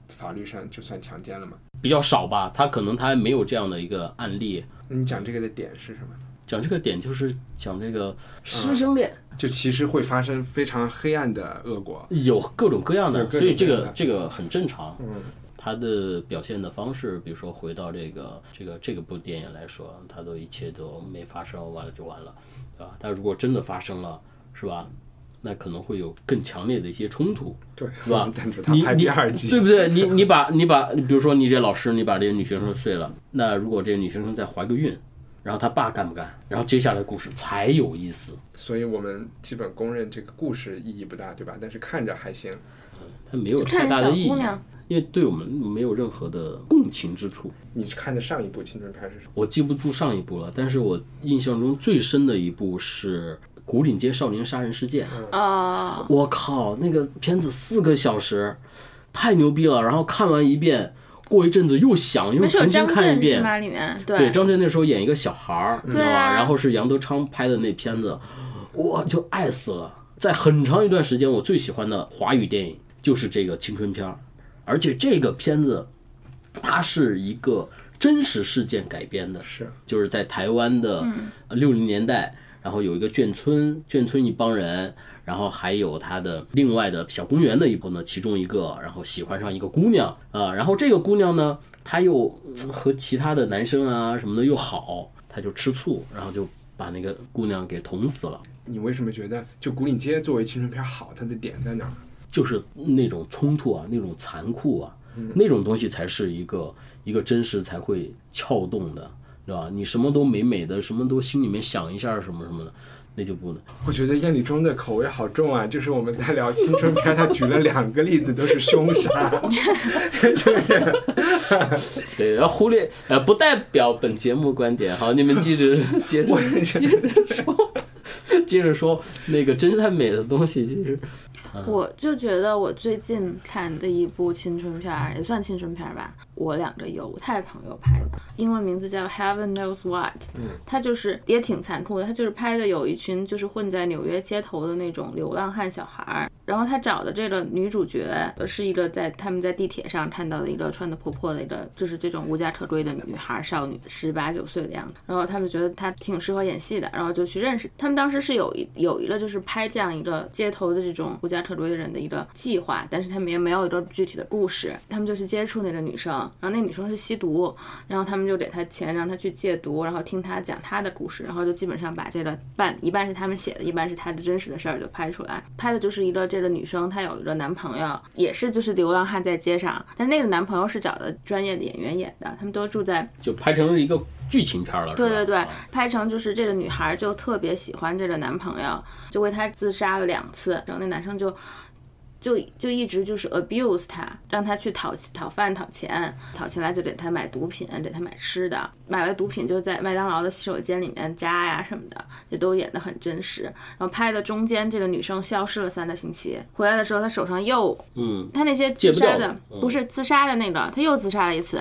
Speaker 1: 法律上就算强奸了吗？
Speaker 3: 比较少吧，他可能他还没有这样的一个案例。
Speaker 1: 那你讲这个的点是什么？
Speaker 3: 讲这个点就是讲这个师生恋，
Speaker 1: 就其实会发生非常黑暗的恶果。
Speaker 3: 有各种各样
Speaker 1: 有
Speaker 3: 的，
Speaker 1: 各种
Speaker 3: 所以这
Speaker 1: 各样
Speaker 3: 个
Speaker 1: 的嗯
Speaker 3: 这个很正常。他的表现的方式，比如说回到这个这个这个部电影来说，他都一切都没发生，完了就完了，对吧？但如果真的发生了，是吧？那可能会有更强烈的一些冲突，
Speaker 1: 对，
Speaker 3: 是吧
Speaker 1: 但是？他
Speaker 3: 你
Speaker 1: 拍
Speaker 3: 你
Speaker 1: 第二季，
Speaker 3: 对不对？你你把你把，比如说你这老师，你把这女学
Speaker 1: 嗯
Speaker 3: 生睡了，那如果这女学生再怀个孕，然后她爸干不干？然后接下来故事才有意思。
Speaker 1: 所以我们基本公认这个故事意义不大，对吧？但是看着还行。
Speaker 3: 它没有
Speaker 2: 就看
Speaker 3: 太大的
Speaker 2: 小
Speaker 3: 意义
Speaker 2: 姑娘，
Speaker 3: 因为对我们没有任何的共情之处。
Speaker 1: 你是看的上一部青春片是什么？
Speaker 3: 我记不住上一部了，但是我印象中最深的一部是《古岭街少年杀人事件》。
Speaker 2: 哦，
Speaker 3: 我靠，那个片子四个小时，太牛逼了！然后看完一遍，过一阵子又想又
Speaker 2: 没事，
Speaker 3: 重新
Speaker 2: 张
Speaker 3: 看一
Speaker 2: 震是
Speaker 3: 遍。
Speaker 2: 吗？里面
Speaker 3: 对，张震那时候演一个小孩儿，你知道
Speaker 2: 对
Speaker 3: 吧？
Speaker 2: 啊
Speaker 3: 然后是杨德昌拍的那片子，我就爱死了。在很长一段时间，我最喜欢的华语电影就是这个青春片儿，而且这个片子它是一个真实事件改编的，
Speaker 1: 是
Speaker 3: 就是在台湾的六零年代，然后有一个眷村，眷村一帮人，然后还有他的另外的小公园的一部呢，其中一个，然后喜欢上一个姑娘啊、然后这个姑娘呢，她又嗯和其他的男生啊什么的又好，她就吃醋，然后就把那个姑娘给捅死了。
Speaker 1: 你为什么觉得就《古岭街》作为青春片好，它的点在哪儿？
Speaker 3: 就是那种冲突啊，那种残酷啊，那种东西才是一个一个真实才会撬动的，对吧？你什么都美美的，什么都心里面想一下什么什么的，那就不能。
Speaker 1: 我觉得燕礼中的口味好重啊，就是我们在聊青春片，他举了两个例子都是凶杀，就是
Speaker 3: 对，要忽略呃，不代表本节目观点。好，你们接着接
Speaker 1: 我
Speaker 3: 着接着说，接着说那个真善美的东西，其实
Speaker 2: 我就觉得我最近看的一部青春片儿，也算青春片儿吧，我两个犹太朋友拍的，英文名字叫《Heaven Knows What》，它就是也挺残酷的，它就是拍的有一群就是混在纽约街头的那种流浪汉小孩儿，然后他找的这个女主角呃是一个在他们在地铁上看到的一个穿的破破的一个就是这种无家可归的女孩儿少女，十八九岁的样子，然后他们觉得她挺适合演戏的，然后就去认识，他们当时是有一有一个就是拍这样一个街头的这种无家可归的人的一个计划，但是他们也没有一个具体的故事，他们就去接触那个女生，然后那女生是吸毒，然后他们就给他钱，让他去戒毒，然后听他讲他的故事，然后就基本上把这个半一半是他们写的，一半是他的真实的事儿就拍出来，拍的就是一个这个女生她有一个男朋友，也是就是流浪汉在街上，但那个男朋友是找的专业的演员演的，他们都住在
Speaker 3: 就拍成一个剧情片了。是吧
Speaker 2: 对对对
Speaker 3: 啊，
Speaker 2: 拍成就是这个女孩就特别喜欢这个男朋友，就为他自杀了两次，然后那男生就。就就一直就是 abuse 她，让她去讨讨饭、讨钱，讨钱来就给她买毒品，给她买吃的，买了毒品就在麦当劳的洗手间里面扎呀什么的，也都演得很真实。然后拍的中间这个女生消失了三个星期，回来的时候她手上又，
Speaker 3: 嗯，
Speaker 2: 她那些
Speaker 3: 戒
Speaker 2: 自
Speaker 3: 不掉
Speaker 2: 杀的
Speaker 3: 了嗯
Speaker 2: 不是自杀的那个，她又自杀了一次，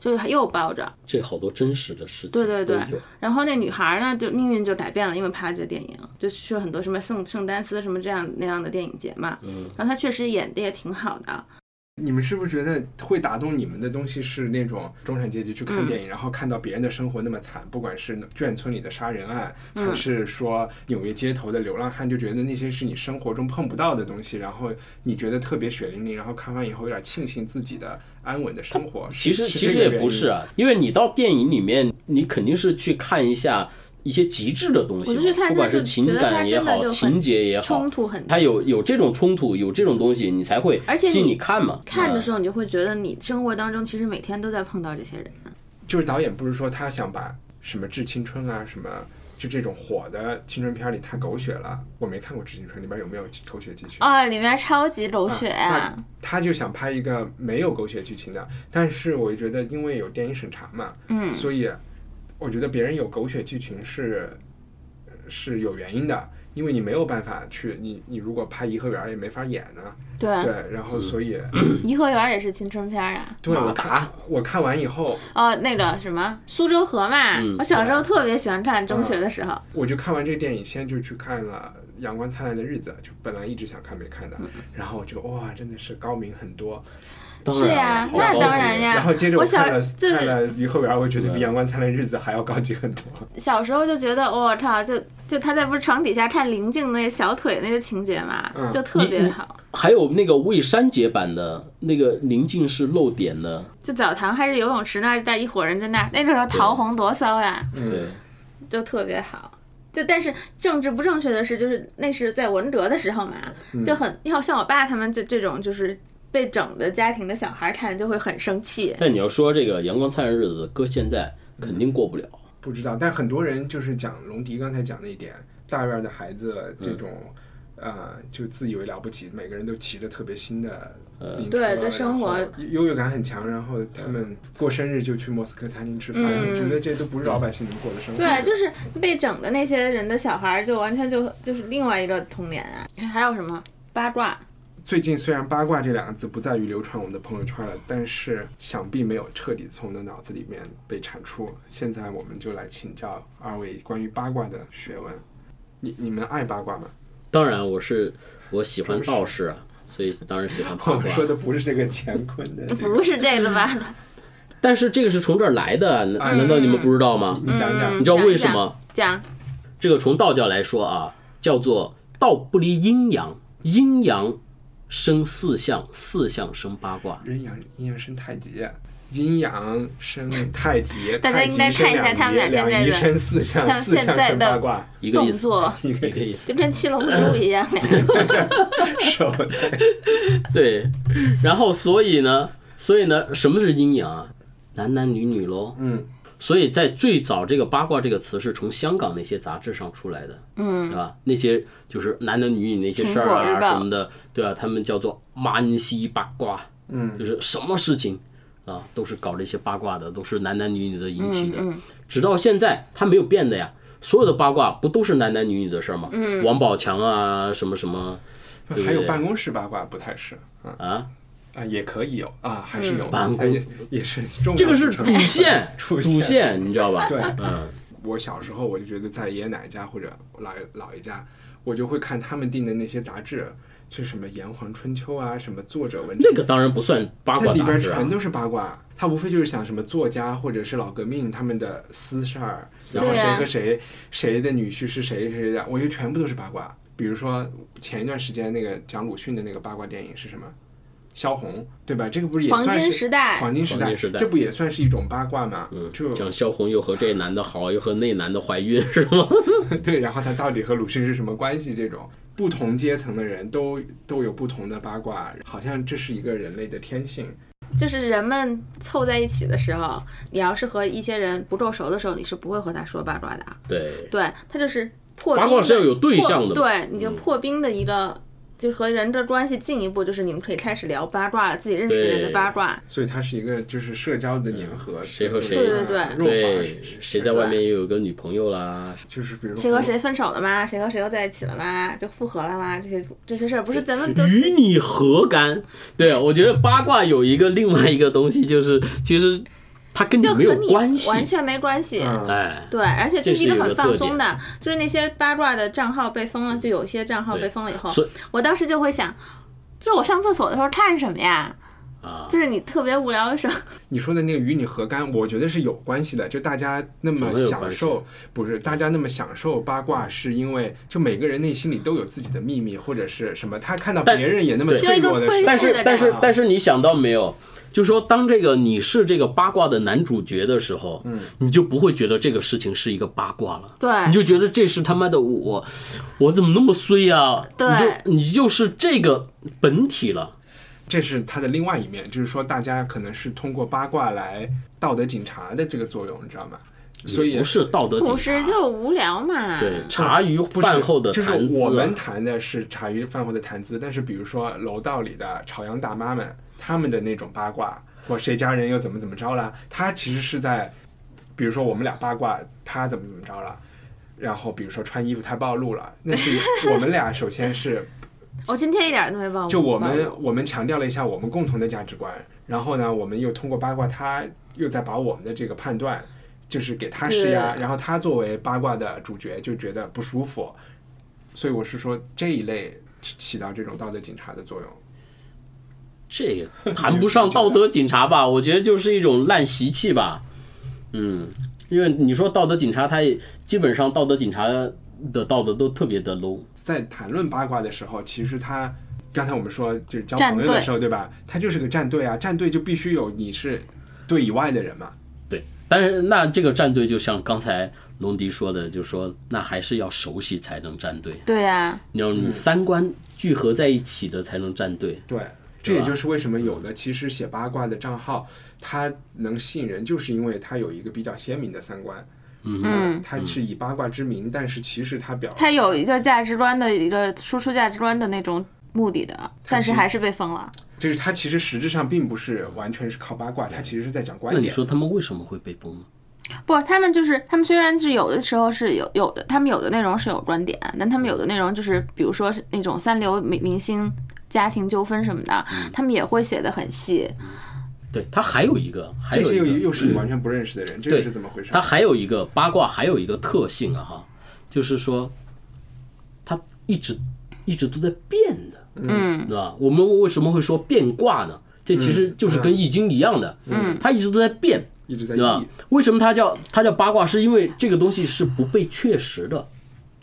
Speaker 2: 就又包着，
Speaker 3: 这好多真实的事情。
Speaker 2: 对对对
Speaker 3: 都有，
Speaker 2: 然后那女孩呢，就命运就改变了，因为拍了这个电影，就去了很多什么圣圣丹斯什么这样那样的电影节嘛。然后她确实演的也挺好的，
Speaker 1: 你们是不是觉得会打动你们的东西是那种中产阶级去看电影，然后看到别人的生活那么惨，不管是眷村里的杀人案，还是说纽约街头的流浪汉，就觉得那些是你生活中碰不到的东西，然后你觉得特别血淋淋，然后看完以后有点庆幸自己的安稳的生活。
Speaker 3: 其实
Speaker 1: 是
Speaker 3: 其实也不是，啊，因为你到电影里面，你肯定是去看一下一些极致的东西
Speaker 2: 我
Speaker 3: 嘛
Speaker 2: 就去，看
Speaker 3: 不管
Speaker 2: 她就是
Speaker 3: 情
Speaker 2: 觉得她
Speaker 3: 感也
Speaker 2: 真的
Speaker 3: 好，
Speaker 2: 就
Speaker 3: 情
Speaker 2: 很
Speaker 3: 节也好
Speaker 2: 冲，突很大
Speaker 3: 它。有有这种冲突，有这种东西，你才会
Speaker 2: 而且
Speaker 3: 吸引
Speaker 2: 你
Speaker 3: 你看嘛。
Speaker 2: 看的时
Speaker 3: 候，
Speaker 2: 候，你就会觉得你生活当中其实每天都在碰到这些人。
Speaker 1: 就是导演不是说他想把什么《致青春》啊，什么就这种火的青春片里太狗血了，我没看过《致青春》，里边有没有狗血剧情？
Speaker 2: 啊、里面超级狗血、
Speaker 1: 啊他就想拍一个没有狗血剧情的，但是我觉得因为有电影审查嘛，嗯，所以我觉得别人有狗血剧情是是有原因的，因为你没有办法去你你如果拍颐和园儿也没法演呢、
Speaker 2: 对，
Speaker 1: 对，然后所以、
Speaker 2: 颐和园也是青春片啊。
Speaker 1: 对我
Speaker 3: 嗯马
Speaker 1: 看
Speaker 3: 达
Speaker 1: 我看完以后，
Speaker 2: 哦，那个什么苏州河嘛，我小时候特别喜欢看，中学的时候。
Speaker 1: 我就看完这个电影，先就去看了《阳光灿烂的日子》，就本来一直想看没看的，
Speaker 2: 嗯
Speaker 1: 然后就哇，真的是高明很多，
Speaker 3: 当
Speaker 2: 是
Speaker 3: 然
Speaker 2: 呀
Speaker 3: 了，好
Speaker 2: 那
Speaker 3: 高
Speaker 2: 当
Speaker 3: 级
Speaker 2: 然哎呀。
Speaker 1: 然后接着
Speaker 2: 我
Speaker 1: 我
Speaker 2: 小
Speaker 1: 看了
Speaker 2: 就是
Speaker 1: 看了颐和园儿，我觉得比《阳光灿烂的日子》还要高级很多。
Speaker 2: 小时候就觉得我靠，就就他在不是床底下看林静那小腿那个情节嘛，
Speaker 1: 嗯
Speaker 2: 就特
Speaker 3: 你
Speaker 2: 别
Speaker 3: 你
Speaker 2: 好。
Speaker 3: 还有那个未删节版的那个宁静是漏点的，
Speaker 2: 就澡堂还是游泳池那儿带一伙人在那儿，那个时候桃红多骚呀，
Speaker 3: 对，
Speaker 2: 就特别好。就但是政治不正确的是，就是那是在文革的时候嘛，
Speaker 3: 嗯
Speaker 2: 就很要像我爸他们就这种就是被整的家庭的小孩看就会很生气。
Speaker 3: 但你要说这个《阳光灿烂日子》，搁现在肯定过不了。
Speaker 1: 不知道，但很多人就是讲龙迪刚才讲那一点，大院的孩子这种，呃，就自以为了不起，每个人都骑着特别新的自行车，
Speaker 2: 对
Speaker 1: 然后
Speaker 2: 对生活
Speaker 1: 优越感很强，然后他们过生日就去莫斯科餐厅吃饭，
Speaker 2: 嗯
Speaker 1: 觉得这都不是老百姓能过的生活。
Speaker 2: 对，就是被整的那些人的小孩，就完全就就是另外一个童年啊。还有什么八卦？
Speaker 1: 最近虽然八卦这两个字不在于流传我们的朋友圈了，但是想必没有彻底从我的脑子里面被铲除。现在我们就来请教二位关于八卦的学问。你你们爱八卦吗？
Speaker 3: 当然，我是我喜欢道士啊，所以当然喜 欢八
Speaker 1: 我们说的
Speaker 3: 卦。
Speaker 1: 不是这个乾坤的、这个。
Speaker 2: 不是这个吧？
Speaker 3: 嗯但是这个是从这儿来的，难难道你
Speaker 2: 嗯
Speaker 3: 们不知道吗？
Speaker 1: 你讲讲
Speaker 3: 你知道为什么
Speaker 2: 讲
Speaker 3: 这个从道教来说啊，叫做道不离阴阳，阴阳生四象，四象生八卦。
Speaker 1: 阴阳阴阳生太极，阴阳生太极，
Speaker 2: 大家
Speaker 1: 太极
Speaker 2: 应该
Speaker 1: 生
Speaker 2: 看一下
Speaker 1: 两
Speaker 2: 他们俩
Speaker 1: 仪
Speaker 2: 现在
Speaker 1: 两仪
Speaker 2: 的
Speaker 1: 生四象，
Speaker 2: 他们
Speaker 1: 四
Speaker 2: 现
Speaker 1: 象
Speaker 2: 在
Speaker 1: 生
Speaker 2: 的
Speaker 1: 八卦，
Speaker 3: 一个
Speaker 2: 动
Speaker 3: 意思，
Speaker 2: 作
Speaker 1: 一个
Speaker 3: 一个意思。
Speaker 2: 就跟七龙珠一样，
Speaker 1: 手的。
Speaker 3: 对，然后所以呢，所以呢，什么是阴阳啊？男男女女喽。
Speaker 1: 嗯，
Speaker 3: 所以在最早这个八卦这个词是从香港那些杂志上出来的，嗯，对吧？那些就是男男女女那些事儿
Speaker 2: 苹果
Speaker 3: 啊
Speaker 2: 日报
Speaker 3: 什么的，对啊，他们叫做满西八卦，
Speaker 1: 嗯，
Speaker 3: 就是什么事情啊都是搞这些八卦的，都是男男女女的引起的，直到现在它没有变的呀。所有的八卦不都是男男女女的事儿吗？嗯，王宝强啊，什么什么对
Speaker 1: 还有
Speaker 3: 对
Speaker 1: 办公室八卦不太是啊
Speaker 3: 啊，嗯
Speaker 1: 啊，也可以有啊，还是有的，
Speaker 3: 办公
Speaker 1: 但也也是重要
Speaker 3: 这个是
Speaker 1: 组
Speaker 3: 主
Speaker 1: 成部分，
Speaker 3: 线
Speaker 1: 主
Speaker 3: 主线，你知道吧？
Speaker 1: 对
Speaker 3: 嗯，
Speaker 1: 我小时候我就觉得在爷爷奶奶家或者姥爷姥爷家，我就会看他们订的那些杂志，是什么《炎黄春秋》啊，什么作者文章
Speaker 3: 那个当然不算八
Speaker 1: 它
Speaker 3: 卦
Speaker 1: 里
Speaker 3: 杂
Speaker 1: 边
Speaker 3: 志啊
Speaker 1: 全。都是八卦，它无非就是想什么作家或者是老革命他们的私事儿，然后
Speaker 2: 对
Speaker 1: 谁
Speaker 2: 啊
Speaker 1: 和谁谁的女婿是谁谁的，我觉得全部都是八卦。比如说前一段时间那个讲鲁迅的那个八卦电影是什么？萧红，对吧？这个不是也
Speaker 2: 黄
Speaker 1: 算是
Speaker 2: 金时代
Speaker 1: 黄金时代，
Speaker 3: 黄金时代
Speaker 1: 这不也算是一种八卦吗？嗯就
Speaker 3: 讲萧红又和这男的好，又和那男的怀孕，是 吗？
Speaker 1: 对，然后他到底和鲁迅是什么关系？这种不同阶层的人都都有不同的八卦，好像这是一个人类的天性。
Speaker 2: 就是人们凑在一起的时候，你要是和一些人不够熟的时候，你是不会和他说八卦的。
Speaker 3: 对，
Speaker 2: 对，他就是破冰
Speaker 3: 八
Speaker 2: 的
Speaker 3: 卦是要有对象的嘛嗯
Speaker 2: 破对，你就破冰的一个，就是和人的关系进一步，就是你们可以开始聊八卦了，自己认识的人的
Speaker 3: 对
Speaker 2: 八卦。
Speaker 1: 所以它是一个就是社交的粘合，
Speaker 3: 谁和谁
Speaker 1: 就是
Speaker 2: 对对对
Speaker 1: 润滑
Speaker 3: 对，谁在外面又有个女朋友啦？
Speaker 1: 就是比如说
Speaker 2: 谁和谁分手了吗？谁和谁又在一起了吗？就复合了吗？这些这些事儿不是咱们都
Speaker 3: 与你何干？对，啊我觉得八卦有一个另外一个东西，就是其实它跟你
Speaker 2: 就和
Speaker 3: 没有
Speaker 2: 你
Speaker 3: 关系，
Speaker 2: 完全没关系。
Speaker 1: 嗯
Speaker 3: 哎，
Speaker 2: 对，而且这是一
Speaker 3: 这是一
Speaker 2: 个
Speaker 3: 个
Speaker 2: 很放
Speaker 3: 特嗯
Speaker 2: 松的，就是那些八卦的账号被封了，就有些账号
Speaker 3: 对
Speaker 2: 被封了以后
Speaker 3: 所以，
Speaker 2: 我当时就会想，就我上厕所的时候看什么呀？
Speaker 3: 啊，
Speaker 2: 就是你特别无聊的时候，
Speaker 1: 你说的那个与你何干，我觉得是有关系的。就大家那
Speaker 3: 怎
Speaker 1: 么
Speaker 3: 么有
Speaker 1: 享
Speaker 3: 关系
Speaker 1: 受，不是大家那么享受八卦，是因为就每个人内心里都有自己的秘密或者是什么，他看到
Speaker 3: 但
Speaker 1: 别人也那么
Speaker 3: 对
Speaker 1: 脆弱的
Speaker 2: 就一
Speaker 1: 时
Speaker 2: 个
Speaker 1: 候
Speaker 3: 但
Speaker 2: 窥视
Speaker 3: 是
Speaker 2: 的
Speaker 3: 但是
Speaker 2: 感觉
Speaker 3: 但是你想到没有？就说当这个你是这个八卦的男主角的时候，嗯，你就不会觉得这个事情是一个八卦了。
Speaker 2: 对
Speaker 3: 你就觉得这是他妈的我，我怎么那么衰啊？
Speaker 2: 对
Speaker 3: 你就你就是这个本体了。
Speaker 1: 这是它的另外一面，就是说大家可能是通过八卦来道德警察的这个作用，你知道吗？所以嗯
Speaker 3: 不是道德 警
Speaker 2: 古
Speaker 3: 察
Speaker 2: 时，就无聊嘛。
Speaker 3: 对茶余
Speaker 1: 不是
Speaker 3: 饭后的
Speaker 1: 就是
Speaker 3: 谈资啊。
Speaker 1: 我们谈的是茶余饭后的谈资，但是比如说楼道里的朝阳大妈们，他们的那种八卦，或谁家人又怎么怎么着啦，他其实是在，比如说我们俩八卦，他怎么怎么着了，然后比如说穿衣服太暴露了，那是我们俩首先是
Speaker 2: 我今天一点都没忘。
Speaker 1: 就我
Speaker 2: 忘
Speaker 1: 们我们强调了一下我们共同的价值观，然后呢，我们又通过八卦，他又在把我们的这个判断，就是给他施压，
Speaker 2: 对
Speaker 1: 然后他作为八卦的主角就觉得不舒服，所以我是说这一类起到这种道德警察的作用。
Speaker 3: 这个谈不上道德警察 吧，我觉得就是一种烂习气吧。嗯，因为你说道德警察，他也基本上道德警察的道德都特别的 low。
Speaker 1: 在谈论八卦的时候，其实他刚才我们说就是交
Speaker 2: 战
Speaker 1: 朋友的
Speaker 2: 队
Speaker 1: 时候，对吧？他就是个战队啊，战队就必须有你是队以外的人嘛。
Speaker 3: 对，但是那这个战队就像刚才龙迪说的，就说那还是要熟悉才能站队，
Speaker 2: 对呀、
Speaker 3: 你要你三观聚合在一起的才能站队。
Speaker 1: 对，这也就是为什么有的其实写八卦的账号，它能吸引人，就是因为它有一个比较鲜明的三观。嗯，它是以八卦之名，但是其实它表
Speaker 2: 他有一个价值观的一个输出价值观的那种目的的，但是还是被封了。
Speaker 1: 就是它其实实质上并不是完全是靠八卦，它其实是在讲观
Speaker 3: 那
Speaker 1: 点。
Speaker 3: 你说他们为什么会被封呢？
Speaker 2: 不，他们就是他们虽然是有的时候是有有的，他们有的内容是有观点，但他们有的内容就是比如说是那种三流明明星家庭纠纷什么的，他们也会写的很细。
Speaker 3: 对他还有一个，还
Speaker 1: 这
Speaker 3: 有
Speaker 1: 些又
Speaker 3: 一个嗯
Speaker 1: 又是你完全不认识的人，这
Speaker 3: 对
Speaker 1: 个是怎么回事
Speaker 3: 它？还有一个八卦，还有一个特性啊哈，就是说，它一直一直都在变的，嗯，对吧？我们为什么会说变卦呢？这其
Speaker 1: 嗯
Speaker 3: 实就是跟易经一样的，嗯，它一直都在变，
Speaker 1: 一直在
Speaker 3: 对吧
Speaker 1: 意。？
Speaker 3: 为什么它叫它叫八卦？是因为这个东西是不被确实的，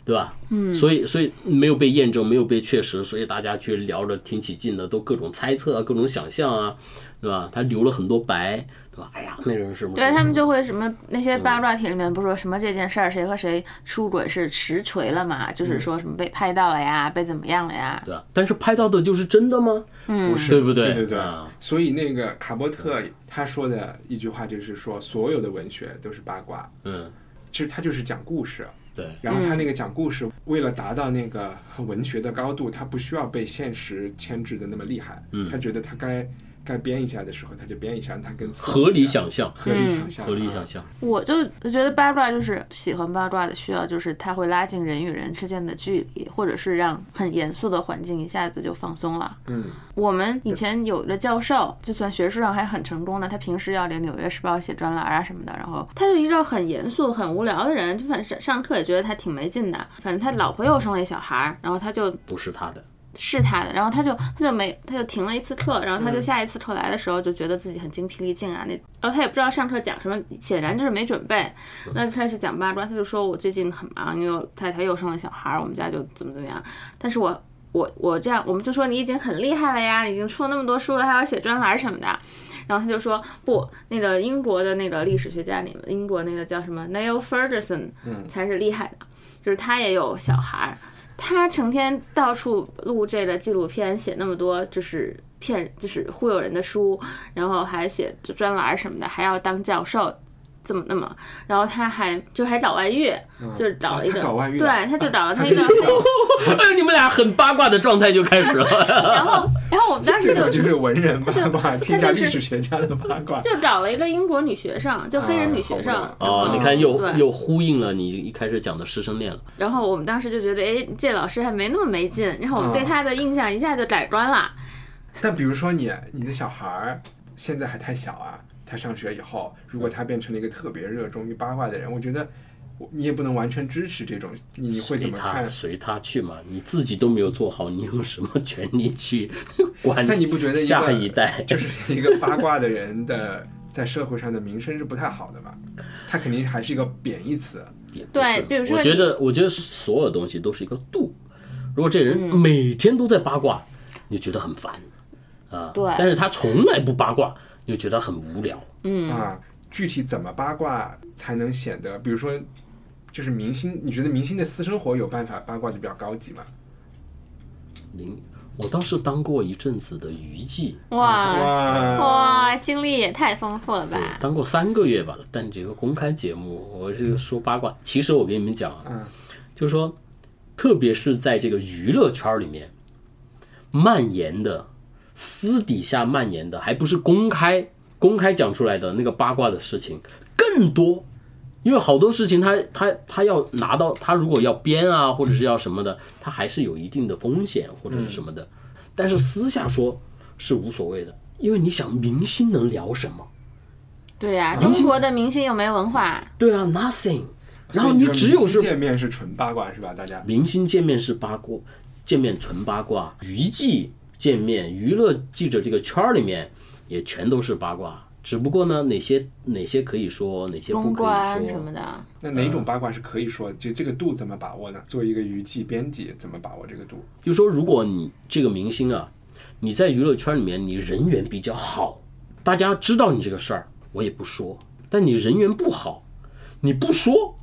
Speaker 3: 对吧？嗯，所以所以没有被验证，没有被确实，所以大家去聊着挺起劲的，都各种猜测啊，各种想象啊，对吧？他留了很多白，对吧？哎呀，那人是不是？
Speaker 2: 对他们就会什么那些八卦帖里面不是说什么这件事儿谁和谁出轨是实锤了嘛？就是说什么被拍到了呀，被怎么样了呀？
Speaker 3: 对吧？啊但是拍到的就是真的吗？
Speaker 2: 嗯
Speaker 1: 不是，
Speaker 3: 对不对
Speaker 1: 对对对
Speaker 3: 啊。
Speaker 1: 所以那个卡波特他说的一句话就是说，所有的文学都是八卦，
Speaker 3: 嗯，
Speaker 1: 其实他就是讲故事。
Speaker 3: 对，
Speaker 1: 然后他那个讲故事，为了达到那个文学的高度，他不需要被现实牵制的那么厉害。
Speaker 3: 嗯
Speaker 1: 他觉得他该该编一下的时候，他就编一下，让他跟
Speaker 3: 合理想象，
Speaker 1: 合理
Speaker 2: 嗯
Speaker 1: 想象，
Speaker 3: 合理想象，
Speaker 2: 我就觉得八卦就是喜欢八卦的需要，就是它会拉近人与人之间的距离，或者是让很严肃的环境一下子就放松了。
Speaker 1: 嗯，
Speaker 2: 我们以前有的教授，就算学术上还很成功的，他平时要领《纽约时报》写专栏啊什么的，然后他就一个很严肃、很无聊的人，就反正上课也觉得他挺没劲的。反正他老婆又生了一小孩儿，然后他就
Speaker 3: 不是他的，
Speaker 2: 是他的，然后他就他就没他就停了一次课，然后他就下一次课来的时候就觉得自己很精疲力尽啊，那然后他也不知道上课讲什么，显然就是没准备。那开始讲八卦，他就说我最近很忙，因为我太太又生了小孩儿，我们家就怎么怎么样。但是我我我这样，我们就说你已经很厉害了呀，你已经出了那么多书了，还要写专栏什么的。然后他就说不，那个英国的那个历史学家里面，英国那个叫什么 Neil Ferguson
Speaker 1: 嗯
Speaker 2: 才是厉害的，就是他也有小孩儿，他成天到处录这个纪录片，写那么多就是骗就是忽悠人的书，然后还写专栏儿什么的，还要当教授。怎么那么？然后他还就还搞外遇，就是找了一个，
Speaker 1: 啊他搞外遇
Speaker 2: 对
Speaker 1: 了，
Speaker 2: 他就 找了
Speaker 1: 他
Speaker 2: 他一个
Speaker 1: 跟谁搞
Speaker 3: 哎，你们俩很八卦的状态就开始 了，
Speaker 2: 然后，然后我们当时
Speaker 1: 这
Speaker 2: 就
Speaker 1: 种就是文人八卦，听一下
Speaker 2: 他
Speaker 1: 历
Speaker 2: 就是
Speaker 1: 史学家的八卦。
Speaker 2: 就找了一个英国女学生，就黑人女学生。
Speaker 1: 啊
Speaker 2: 然后
Speaker 3: 哦，你看又
Speaker 2: 对
Speaker 3: 又呼应了你一开始讲的师生恋了，
Speaker 2: 然后我们当时就觉得，哎，这老师还没那么没劲。然后我们对
Speaker 3: 嗯
Speaker 2: 他的印象一下就改观了。
Speaker 1: 但比如说你，你的小孩儿现在还太小啊，他上学以后，如果他变成了一个特别热衷于八卦的人，我觉得我你也不能完全支持这种，你你会怎
Speaker 3: 随
Speaker 1: 么
Speaker 3: 他
Speaker 1: 看？
Speaker 3: 随他去嘛，你自己都没有做好，你有什么权利去 管
Speaker 1: 但你不觉得一
Speaker 3: 下
Speaker 1: 个
Speaker 3: 一代？
Speaker 1: 就是 一个八卦的人的在社会上的名声是不太好的吧？他肯定还是一个贬义词。
Speaker 3: 也不
Speaker 2: 对
Speaker 3: 是
Speaker 2: 比如说
Speaker 3: 我觉得，我觉得所有东西都是一个度。如果这人
Speaker 2: 嗯
Speaker 3: 每天都在八卦，你就觉得很烦啊。
Speaker 2: 对
Speaker 3: 但是他从来不八卦，你就觉得很无聊。
Speaker 1: 啊，具体怎么八卦才能显得，比如说，就是明星，你觉得明星的私生活有办法八卦的比较高级吗？
Speaker 3: 零，我倒是当过一阵子的娱记，
Speaker 2: 哇
Speaker 1: 哇，
Speaker 2: 哇，经历也太丰富了吧！
Speaker 3: 当过三个月吧，但这个公开节目，我是说八卦。其实我跟你们讲
Speaker 1: 嗯
Speaker 3: 啊，就是说，特别是在这个娱乐圈里面蔓延的，私底下蔓延的，还不是公开公开讲出来的那个八卦的事情更多。因为好多事情他，他他要拿到，他如果要编啊，或者是要什么的，他还是有一定的风险或者是什么的。但是私下说是无所谓的，因为你想明星能聊什么？
Speaker 2: 对呀、中国的明星又没文化，
Speaker 3: 对啊，nothing。然
Speaker 1: 所
Speaker 3: 后
Speaker 1: 以
Speaker 3: 你
Speaker 1: 觉得
Speaker 3: 只有
Speaker 1: 明星
Speaker 3: 是
Speaker 1: 见面是纯八卦是吧？大家
Speaker 3: 明星见面是八卦，见面纯八卦，娱记见面，娱乐记者这个圈儿里面也全都是八卦。只不过呢，哪些哪些可以说，哪些不
Speaker 2: 公
Speaker 3: 可以
Speaker 2: 关
Speaker 3: 说
Speaker 2: 什么的。
Speaker 1: 那哪种八卦是可以说？这这个度怎么把握呢？作为一个娱记编辑，怎么把握这个度？
Speaker 3: 就说如果你这个明星啊，你在娱乐圈里面你人缘比较好，大家知道你这个事儿，我也不说；但你人缘不好，你不说，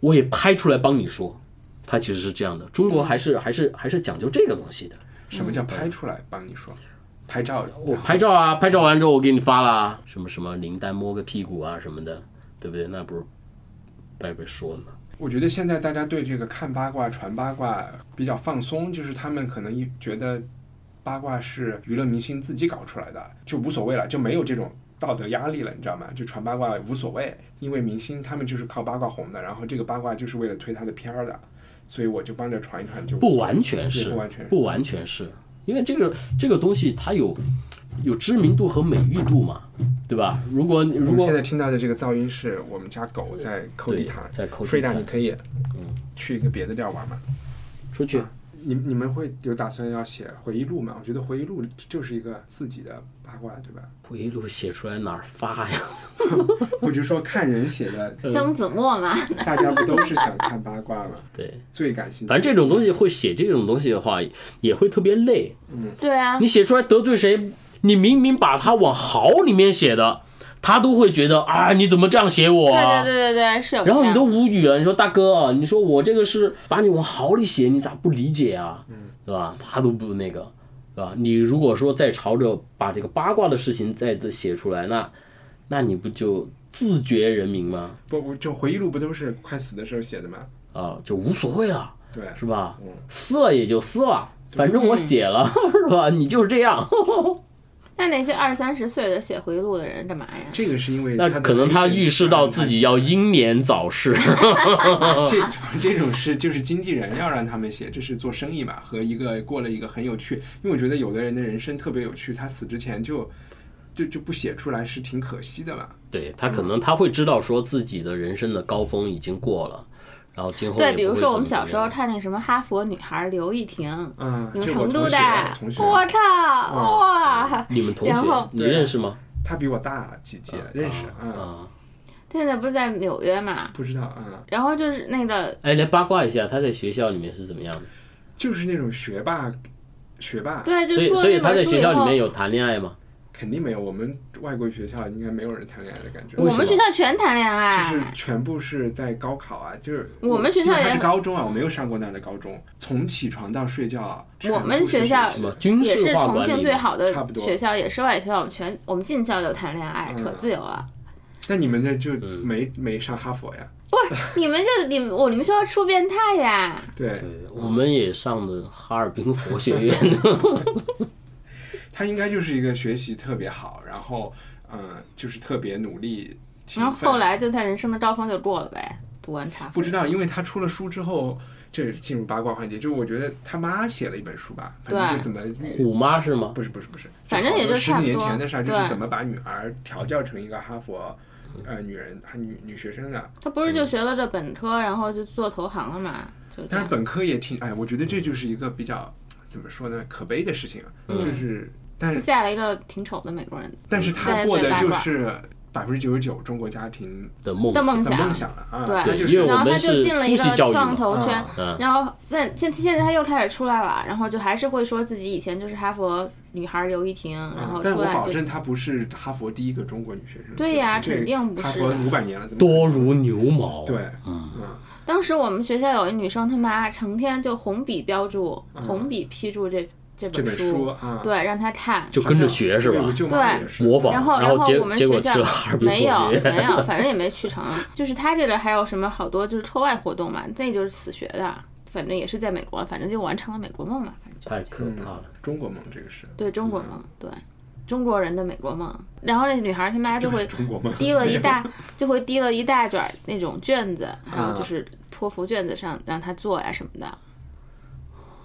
Speaker 3: 我也拍出来帮你说。他其实是这样的，中国还是还是还是讲究这个东西的。
Speaker 1: 什么叫拍出来？帮你说，拍照，
Speaker 3: 我拍照啊，拍照完之后我给你发啦，什么什么林丹摸个屁股啊什么的，对不对？那不是白白说了吗？
Speaker 1: 我觉得现在大家对这个看八卦、传八卦比较放松，就是他们可能一觉得八卦是娱乐明星自己搞出来的，就无所谓了，就没有这种道德压力了，你知道吗？就传八卦无所谓，因为明星他们就是靠八卦红的，然后这个八卦就是为了推他的片儿的，所以我就帮着传一传就
Speaker 3: 不完全
Speaker 1: 也
Speaker 3: 是，
Speaker 1: 不完全是
Speaker 3: 不完全是因为这个这个东西它有有知名度和美誉度嘛，对吧？如果
Speaker 1: 我
Speaker 3: 如
Speaker 1: 们
Speaker 3: 果
Speaker 1: 现在听到的这个噪音是我们家狗在抠地毯，
Speaker 3: 对在抠地毯嗯
Speaker 1: 瑞达，你可以去一个别的地儿玩吗？
Speaker 3: 出去
Speaker 1: 你你们会有打算要写回忆录吗？我觉得回忆录就是一个自己的八卦，对吧？
Speaker 3: 回忆录写出来哪儿发呀？
Speaker 1: 我就说看人写的，
Speaker 2: 曾子墨 嘛，
Speaker 1: 大家不都是想看八卦吗？
Speaker 3: 对，
Speaker 1: 最感兴趣。
Speaker 3: 反正这种东西会写这种东西的话，也会特别累。
Speaker 2: 对啊
Speaker 3: 你，写出来得罪谁？你明明把他往好里面写的，他都会觉得啊，你怎么这样写我啊？
Speaker 2: 对对对对对，是有这 样。
Speaker 3: 然后你都无语了，你说大哥啊，你说我这个是把你往好里写，你咋不理解啊？对吧？他都不那个，对吧？你如果说再朝着把这个八卦的事情再写出来，那那你不就自绝人民吗？
Speaker 1: 不，我就回忆录不都是快死的时候写的吗？
Speaker 3: 啊，就无所谓了，
Speaker 1: 对，
Speaker 3: 是吧？撕了也就撕了，反正我写了， 是吧？你就是这样，
Speaker 2: 那那些二三十岁的写回忆录的人干嘛呀？
Speaker 1: 这个是因为
Speaker 3: 那
Speaker 1: 的
Speaker 3: 可能他
Speaker 1: agent
Speaker 3: 预示到
Speaker 1: 让
Speaker 3: 自
Speaker 1: 他
Speaker 3: 己
Speaker 1: 写
Speaker 3: 要英年早逝。
Speaker 1: 这这 种事就是经纪人要让他们写，这是做生意嘛，和一个过了一个很有趣。因为我觉得有的人的人生特别有趣，他死之前就就就不写出来是挺可惜的嘛。
Speaker 3: 对
Speaker 2: 嗯
Speaker 3: 他可能他会知道说自己的人生的高峰已经过了，然后今后
Speaker 2: 对，
Speaker 3: 也
Speaker 2: 比
Speaker 3: 不
Speaker 2: 如
Speaker 3: 会
Speaker 2: 说
Speaker 3: 怎
Speaker 2: 我们
Speaker 3: 么
Speaker 2: 小
Speaker 3: 怎么
Speaker 2: 时候
Speaker 3: 样
Speaker 2: 看那什么哈佛女孩刘亦婷，
Speaker 1: 嗯，
Speaker 2: 你们
Speaker 1: 就
Speaker 2: 成
Speaker 1: 我
Speaker 2: 都
Speaker 1: 同
Speaker 2: 的
Speaker 1: 学，我同，学，
Speaker 2: 我
Speaker 3: 嗯
Speaker 2: 靠，哇！
Speaker 3: 你们同
Speaker 2: 然
Speaker 3: 学
Speaker 2: 后，
Speaker 3: 你认识吗？
Speaker 1: 他比我大几届，认识，嗯，
Speaker 3: 啊，
Speaker 2: 现在不是在纽约嘛？
Speaker 1: 不知道，嗯，
Speaker 2: 然后就是那个，
Speaker 3: 哎，来八卦一下，他在学校里面是怎么样的？
Speaker 1: 就是那种学霸，学霸，
Speaker 2: 对，就
Speaker 3: 所以，
Speaker 2: 出了
Speaker 3: 所以
Speaker 2: 那
Speaker 3: 他
Speaker 2: 本
Speaker 3: 在
Speaker 2: 书
Speaker 3: 学
Speaker 2: 以
Speaker 3: 校里
Speaker 2: 后
Speaker 3: 面，有谈恋爱吗？
Speaker 1: 肯定没有，我们外国学校应该没有人谈恋爱的感觉。
Speaker 3: 为
Speaker 2: 我
Speaker 3: 什
Speaker 2: 们
Speaker 3: 么
Speaker 2: 学校全谈恋
Speaker 1: 就是
Speaker 2: 爱，
Speaker 1: 全部是在高考啊，就是
Speaker 2: 哎我们学校
Speaker 1: 因为
Speaker 2: 也
Speaker 1: 它是高中啊，我没有上过那样的高中，从起床到睡觉啊，
Speaker 2: 我们学校
Speaker 3: 什
Speaker 1: 全
Speaker 3: 么
Speaker 1: 部是学习
Speaker 3: 军
Speaker 2: 也
Speaker 3: 事
Speaker 2: 是
Speaker 3: 化
Speaker 2: 重
Speaker 3: 管
Speaker 2: 庆
Speaker 3: 理
Speaker 2: 最
Speaker 3: 吗？
Speaker 2: 好的
Speaker 1: 差不多
Speaker 2: 学校，也是外语学校，我们全我们进校就谈恋爱，可
Speaker 1: 嗯
Speaker 2: 自由了。
Speaker 1: 那你们那就没没上哈佛呀？
Speaker 2: 你们就你们我你们学校出变态呀！
Speaker 1: 对
Speaker 3: 对，我们也上的哈尔滨佛学院，
Speaker 1: 他应该就是一个学习特别好，然后嗯、呃就是特别努力，勤
Speaker 2: 然后
Speaker 1: 奋
Speaker 2: 后来就他人生的高峰就过了呗，读完茶。
Speaker 1: 不知道，因为他出了书之后，这是进入八卦环节，就是我觉得他妈写了一本书吧，反正
Speaker 2: 对
Speaker 1: 就怎么。
Speaker 3: 虎妈是吗？
Speaker 1: 不是不是不是，
Speaker 2: 反正也就
Speaker 1: 就十
Speaker 2: 差
Speaker 1: 几
Speaker 2: 不
Speaker 1: 年
Speaker 2: 多
Speaker 1: 前的事儿，就是
Speaker 2: 对
Speaker 1: 怎么把女儿调教成一个哈佛，呃，女人还女女学生啊的。
Speaker 2: 他不是就学了这本科，然后就做投行了嘛？就这
Speaker 1: 但
Speaker 2: 样
Speaker 3: 嗯
Speaker 1: 是本科也挺，哎，我觉得这就是一个比较怎么说呢，可悲的事情啊，
Speaker 3: 嗯
Speaker 1: 就是，但是
Speaker 2: 嫁了一个挺丑的美国人
Speaker 1: 但是他
Speaker 2: 对
Speaker 1: 过的
Speaker 2: 对
Speaker 1: 就
Speaker 2: 八卦
Speaker 1: 是百分之九十九中国家庭
Speaker 3: 的梦
Speaker 2: 的梦
Speaker 1: 的
Speaker 2: 想，
Speaker 1: 梦想了啊，
Speaker 2: 对
Speaker 1: 他就
Speaker 3: 因为
Speaker 1: 是啊
Speaker 3: 我
Speaker 2: 然后
Speaker 3: 们
Speaker 2: 他就是进了一
Speaker 3: 出
Speaker 2: 个
Speaker 3: 席教育
Speaker 2: 创
Speaker 3: 嘛
Speaker 2: 投圈，
Speaker 3: 嗯
Speaker 2: 然后现现现在他又开始出来了，然后就还是会说自己以前就是哈佛女孩刘亦婷，
Speaker 3: 嗯
Speaker 2: 然
Speaker 1: 啊
Speaker 2: 后
Speaker 1: 但
Speaker 2: 出
Speaker 1: 我
Speaker 2: 来
Speaker 1: 保
Speaker 2: 就
Speaker 1: 证她不是哈佛第一个中国女学生。
Speaker 2: 对呀
Speaker 1: 这个
Speaker 2: 肯定不是
Speaker 1: 哈佛五百年了，怎么
Speaker 3: 多嗯如牛毛。啊
Speaker 1: 对，嗯
Speaker 2: 当时我们学校有一女生，她妈成天就红笔标注、
Speaker 3: 嗯
Speaker 2: 红笔批注这这
Speaker 1: 这本
Speaker 2: 本
Speaker 1: 书啊，
Speaker 2: 对，让她看。
Speaker 3: 就
Speaker 1: 好像，
Speaker 3: 跟着学是吧
Speaker 1: 对我舅妈也是
Speaker 3: 模仿
Speaker 2: 然后，
Speaker 3: 然后
Speaker 2: 后
Speaker 3: 结
Speaker 2: 我们
Speaker 3: 结果
Speaker 2: 学校
Speaker 3: 去了哈尔滨
Speaker 2: 没有
Speaker 3: 佛学院
Speaker 2: 没 有，反正也没去成。就是他这个还有什么好多就是课外活动嘛，那就是死学的，反正也是在美国，反正就完成了美国梦嘛，反正就
Speaker 3: 太可怕了。
Speaker 2: 嗯
Speaker 1: 中国梦，这个是
Speaker 2: 对中国
Speaker 3: 嗯
Speaker 2: 梦，对中国人的美国梦。然后那女孩她妈就会
Speaker 1: 中国 梦。
Speaker 2: 提了一大，就会提了一大卷儿那种卷子，还有就是托福卷子上让她做呀哎什么的，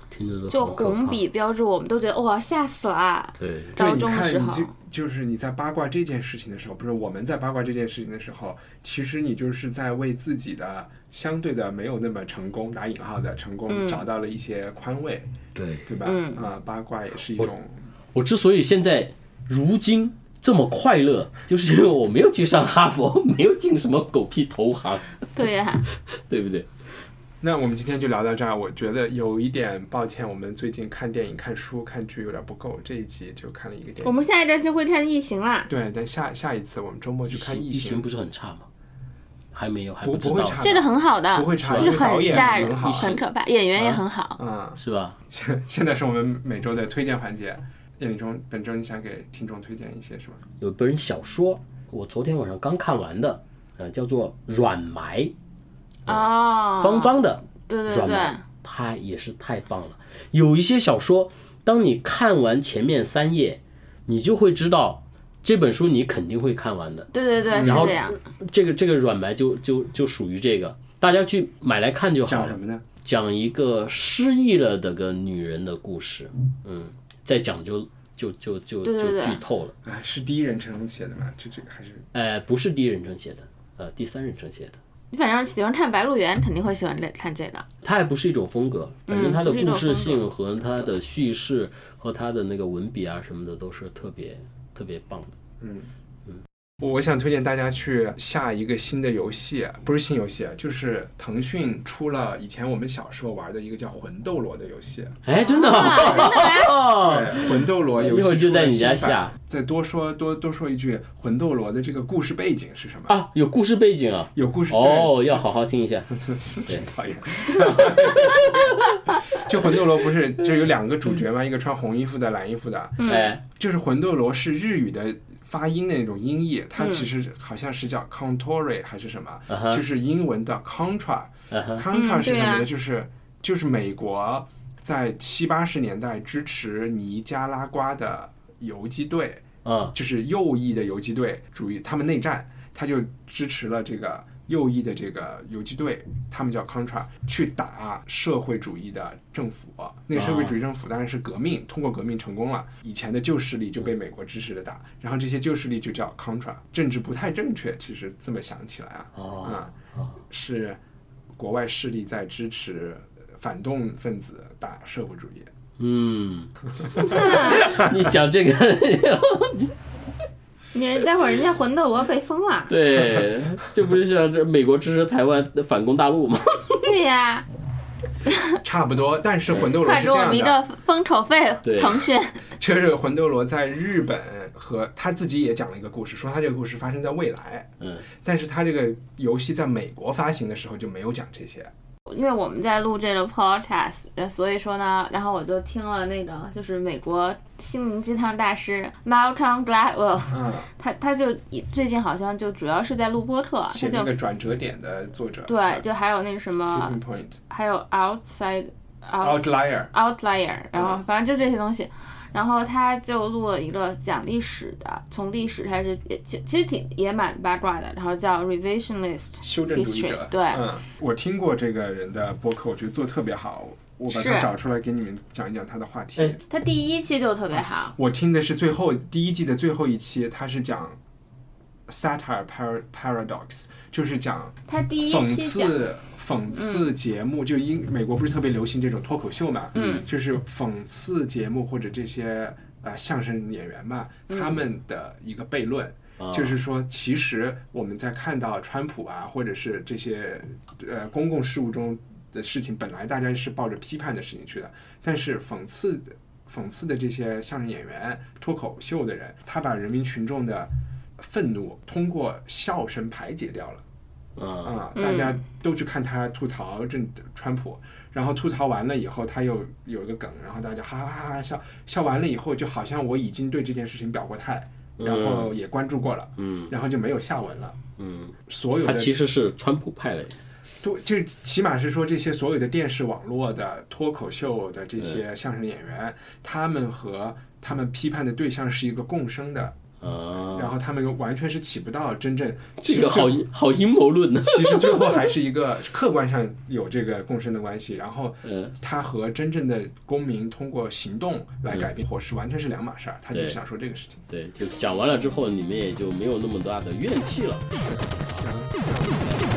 Speaker 3: 听着都
Speaker 2: 就
Speaker 3: 好可
Speaker 2: 红
Speaker 3: 怕
Speaker 2: 笔标注，我们都觉得哇吓死 了。
Speaker 3: 对。
Speaker 1: 对，
Speaker 2: 高
Speaker 1: 你
Speaker 2: 中的
Speaker 1: 看，
Speaker 2: 时
Speaker 1: 你
Speaker 2: 候，
Speaker 1: 就就是你在八卦这件事情的时候，不是我们在八卦这件事情的时候，其实你就是在为自己的相对的没有那么成功（打引号的成功）
Speaker 2: 嗯
Speaker 1: 找到了一些宽慰，
Speaker 3: 对
Speaker 1: 对吧？啊，八卦也是一种
Speaker 3: 我之所以现在如今这么快乐，就是因为我没有去上哈佛，没有进什么狗屁投行，
Speaker 2: 对呀、
Speaker 3: 对不对？
Speaker 1: 那我们今天就聊到这儿，我觉得有一点抱歉，我们最近看电影、看书、看剧有点不够，这一集就看了一个电
Speaker 2: 我
Speaker 1: 影。
Speaker 2: 们下一站就会看《异形》啦。
Speaker 1: 对，但下下一次我们周末去看《
Speaker 3: 异
Speaker 1: 异
Speaker 3: 形
Speaker 1: 形
Speaker 3: 不》，是很差吗？还没有，还
Speaker 1: 不
Speaker 3: 知
Speaker 1: 不会
Speaker 3: 道
Speaker 1: 差
Speaker 2: 这个很好的，
Speaker 1: 不会差
Speaker 2: 就
Speaker 1: 因
Speaker 2: 是
Speaker 1: 为导
Speaker 2: 很
Speaker 1: 演
Speaker 2: 吓
Speaker 1: 是
Speaker 2: 人，
Speaker 1: 很好
Speaker 2: 很可怕，演员也很好。
Speaker 1: 啊，
Speaker 3: 是吧？
Speaker 1: 现现在是我们每周的推荐环节。叶立中，本周你想给听众推荐一些什么？
Speaker 3: 有本小说，我昨天晚上刚看完的，呃，叫做《软埋》，
Speaker 1: 嗯
Speaker 2: 哦，
Speaker 3: 方，方的，
Speaker 2: 对对
Speaker 3: 软
Speaker 2: 对
Speaker 3: 埋，，它也是太棒了。有一些小说，当你看完前面三页，你就会知道这本书你肯定会看完的。
Speaker 2: 对对
Speaker 1: 嗯
Speaker 2: 对，是
Speaker 3: 然后
Speaker 2: 这样。
Speaker 3: 这个这个软白就就就属于这个，大家去买来看就好
Speaker 1: 讲
Speaker 3: 了
Speaker 1: 什。么呢？
Speaker 3: 讲一个失忆了的个女人的故事，嗯，再讲就就就就
Speaker 2: 对对
Speaker 3: 就
Speaker 2: 对
Speaker 3: 剧透了。
Speaker 1: 哎啊，是第一人称写的吗？这这个还是
Speaker 3: 呃，不是第一人称写的，呃，第三人称写的。
Speaker 2: 你反正喜欢看《白鹿原》，肯定会喜欢这看这个。
Speaker 3: 它也不是一种风格，反
Speaker 2: 嗯
Speaker 3: 正它的
Speaker 2: 不是一种
Speaker 3: 故事性
Speaker 2: 风
Speaker 3: 和它的叙事和它的那个文笔啊什么的都是特别特别棒的。
Speaker 1: 我我想推荐大家去下一个新的游戏，不是新游戏，啊就是腾讯出了以前我们小时候玩的一个叫《魂斗罗》的游戏。
Speaker 3: 哎，真的啊， 哦，
Speaker 1: 对，《魂斗 罗》游戏
Speaker 3: 一会儿就
Speaker 1: 出了
Speaker 3: 在你家
Speaker 1: 新版
Speaker 3: 下。
Speaker 1: 再多说多多说一句，《魂斗罗》的这个故事背景是什么？
Speaker 3: 啊，有故事背景啊。
Speaker 1: 有故事
Speaker 3: 哦， 要好好听一下。
Speaker 1: 真讨厌。 就魂斗罗不是就有两个主角嘛，一个穿红衣服的，蓝衣服的。
Speaker 3: 哎，
Speaker 1: 就是魂斗罗是日语的发音的那种音译，它其实好像是叫 contour 还是什么，
Speaker 3: 嗯哼
Speaker 1: 就是英文的 contra。
Speaker 3: 嗯哼
Speaker 1: contra
Speaker 2: 嗯
Speaker 1: 是什么
Speaker 2: 对
Speaker 1: 呢？
Speaker 2: 啊
Speaker 1: 就是就是美国在七八十年代支持尼加拉瓜的游击队，
Speaker 3: 嗯
Speaker 1: 就是右翼的游击队主义，他们内战，他就支持了这个右翼的这个游击队，他们叫 Contra，去打社会主义的政府。那个社会主
Speaker 3: 哦
Speaker 1: 义政府当然是革命，通过革命成功了，以前的旧势力就被美国支持的打，然后这些旧势力就叫 Contra，政治不太正确，其实这么想起来啊，
Speaker 3: 哦
Speaker 1: 啊、是国外势力在支持反动分子打社会主义。
Speaker 3: 嗯， 你讲这个，，
Speaker 2: 你待会儿人家魂斗罗被封了
Speaker 3: 对，这不就像这美国支持台湾反攻大陆吗？
Speaker 2: 对呀、
Speaker 1: 差不多，但是魂斗罗
Speaker 2: 快
Speaker 1: 是
Speaker 2: 给
Speaker 1: 这
Speaker 2: 我
Speaker 1: 样
Speaker 2: 们一
Speaker 1: 的
Speaker 2: 个，封口费
Speaker 3: 对，
Speaker 2: 腾讯。
Speaker 1: 就是魂斗罗在日本和他自己也讲了一个故事，说他这个故事发生在未来，
Speaker 3: 嗯，
Speaker 1: 但是他这个游戏在美国发行的时候就没有讲这些。
Speaker 2: 因为我们在录这个 podcast，呃所以说呢，然后我就听了那个就是美国心灵鸡汤大师 Malcolm Gladwell，
Speaker 1: 嗯，
Speaker 2: 他他就一最近好像就主要是在录播课，
Speaker 1: 写
Speaker 2: 他
Speaker 1: 那
Speaker 2: 就
Speaker 1: 个转折点的作者，啊
Speaker 2: 对，就还有那个什么
Speaker 1: Tipping，Point
Speaker 2: 还有 outside out
Speaker 1: Outlier，嗯
Speaker 2: outlier，然后反正就这些东西。然后他就录了一个讲历史的，从历史开始，也其其实挺也蛮八卦的。然后叫 revisionist
Speaker 1: 修正主义者
Speaker 2: history，。对，
Speaker 1: 嗯，我听过这个人的播客，我觉得做得特别好，我把它
Speaker 2: 是
Speaker 1: 找出来给你们讲一讲他的话题。
Speaker 3: 哎
Speaker 2: 他第一期就特别好，
Speaker 1: 我听的是最后第一季的最后一期，他是讲 satire par paradox，就是讲
Speaker 2: 他第一
Speaker 1: 讽
Speaker 2: 期讲嗯
Speaker 1: 刺讽刺节目，就英美国不是特别流行这种脱口秀嘛，嗯，就是讽刺节目或者这些呃相声演员吧，
Speaker 2: 嗯
Speaker 1: 他们的一个悖论。就是说，其实我们在看到川普啊，或者是这些呃公共事务中的事情，本来大家是抱着批判的事情去的，但是讽刺的讽刺的这些相声演员、脱口秀的人，他把人民群众的愤怒通过笑声排解掉了。
Speaker 3: 嗯
Speaker 1: 啊，大家都去看他吐槽这川普，然后吐槽完了以后，他又有一个梗，然后大家哈哈哈哈笑，笑完了以后，就好像我已经对这件事情表过态，然后也关注过了，
Speaker 3: 嗯
Speaker 1: 然后就没有下文了。
Speaker 3: 嗯，
Speaker 1: 所有
Speaker 3: 他
Speaker 1: 的
Speaker 3: 其实是川普派来的。
Speaker 1: 都就起码是说这些所有的电视网络的脱口秀的这些相声演员，他们和他们批判的对象是一个共生的，
Speaker 3: 啊，
Speaker 1: 然后他们完全是起不到真正
Speaker 3: 这个好好阴谋论呢。
Speaker 1: 其实最后还是一个客观上有这个共生的关系，然后
Speaker 3: 嗯
Speaker 1: 他和真正的公民通过行动来改变伙食完全是两码事儿。他就是
Speaker 3: 嗯对
Speaker 1: 想说这个事情。
Speaker 3: 对，就讲完了之后，你们也就没有那么大的怨气了。
Speaker 1: 行，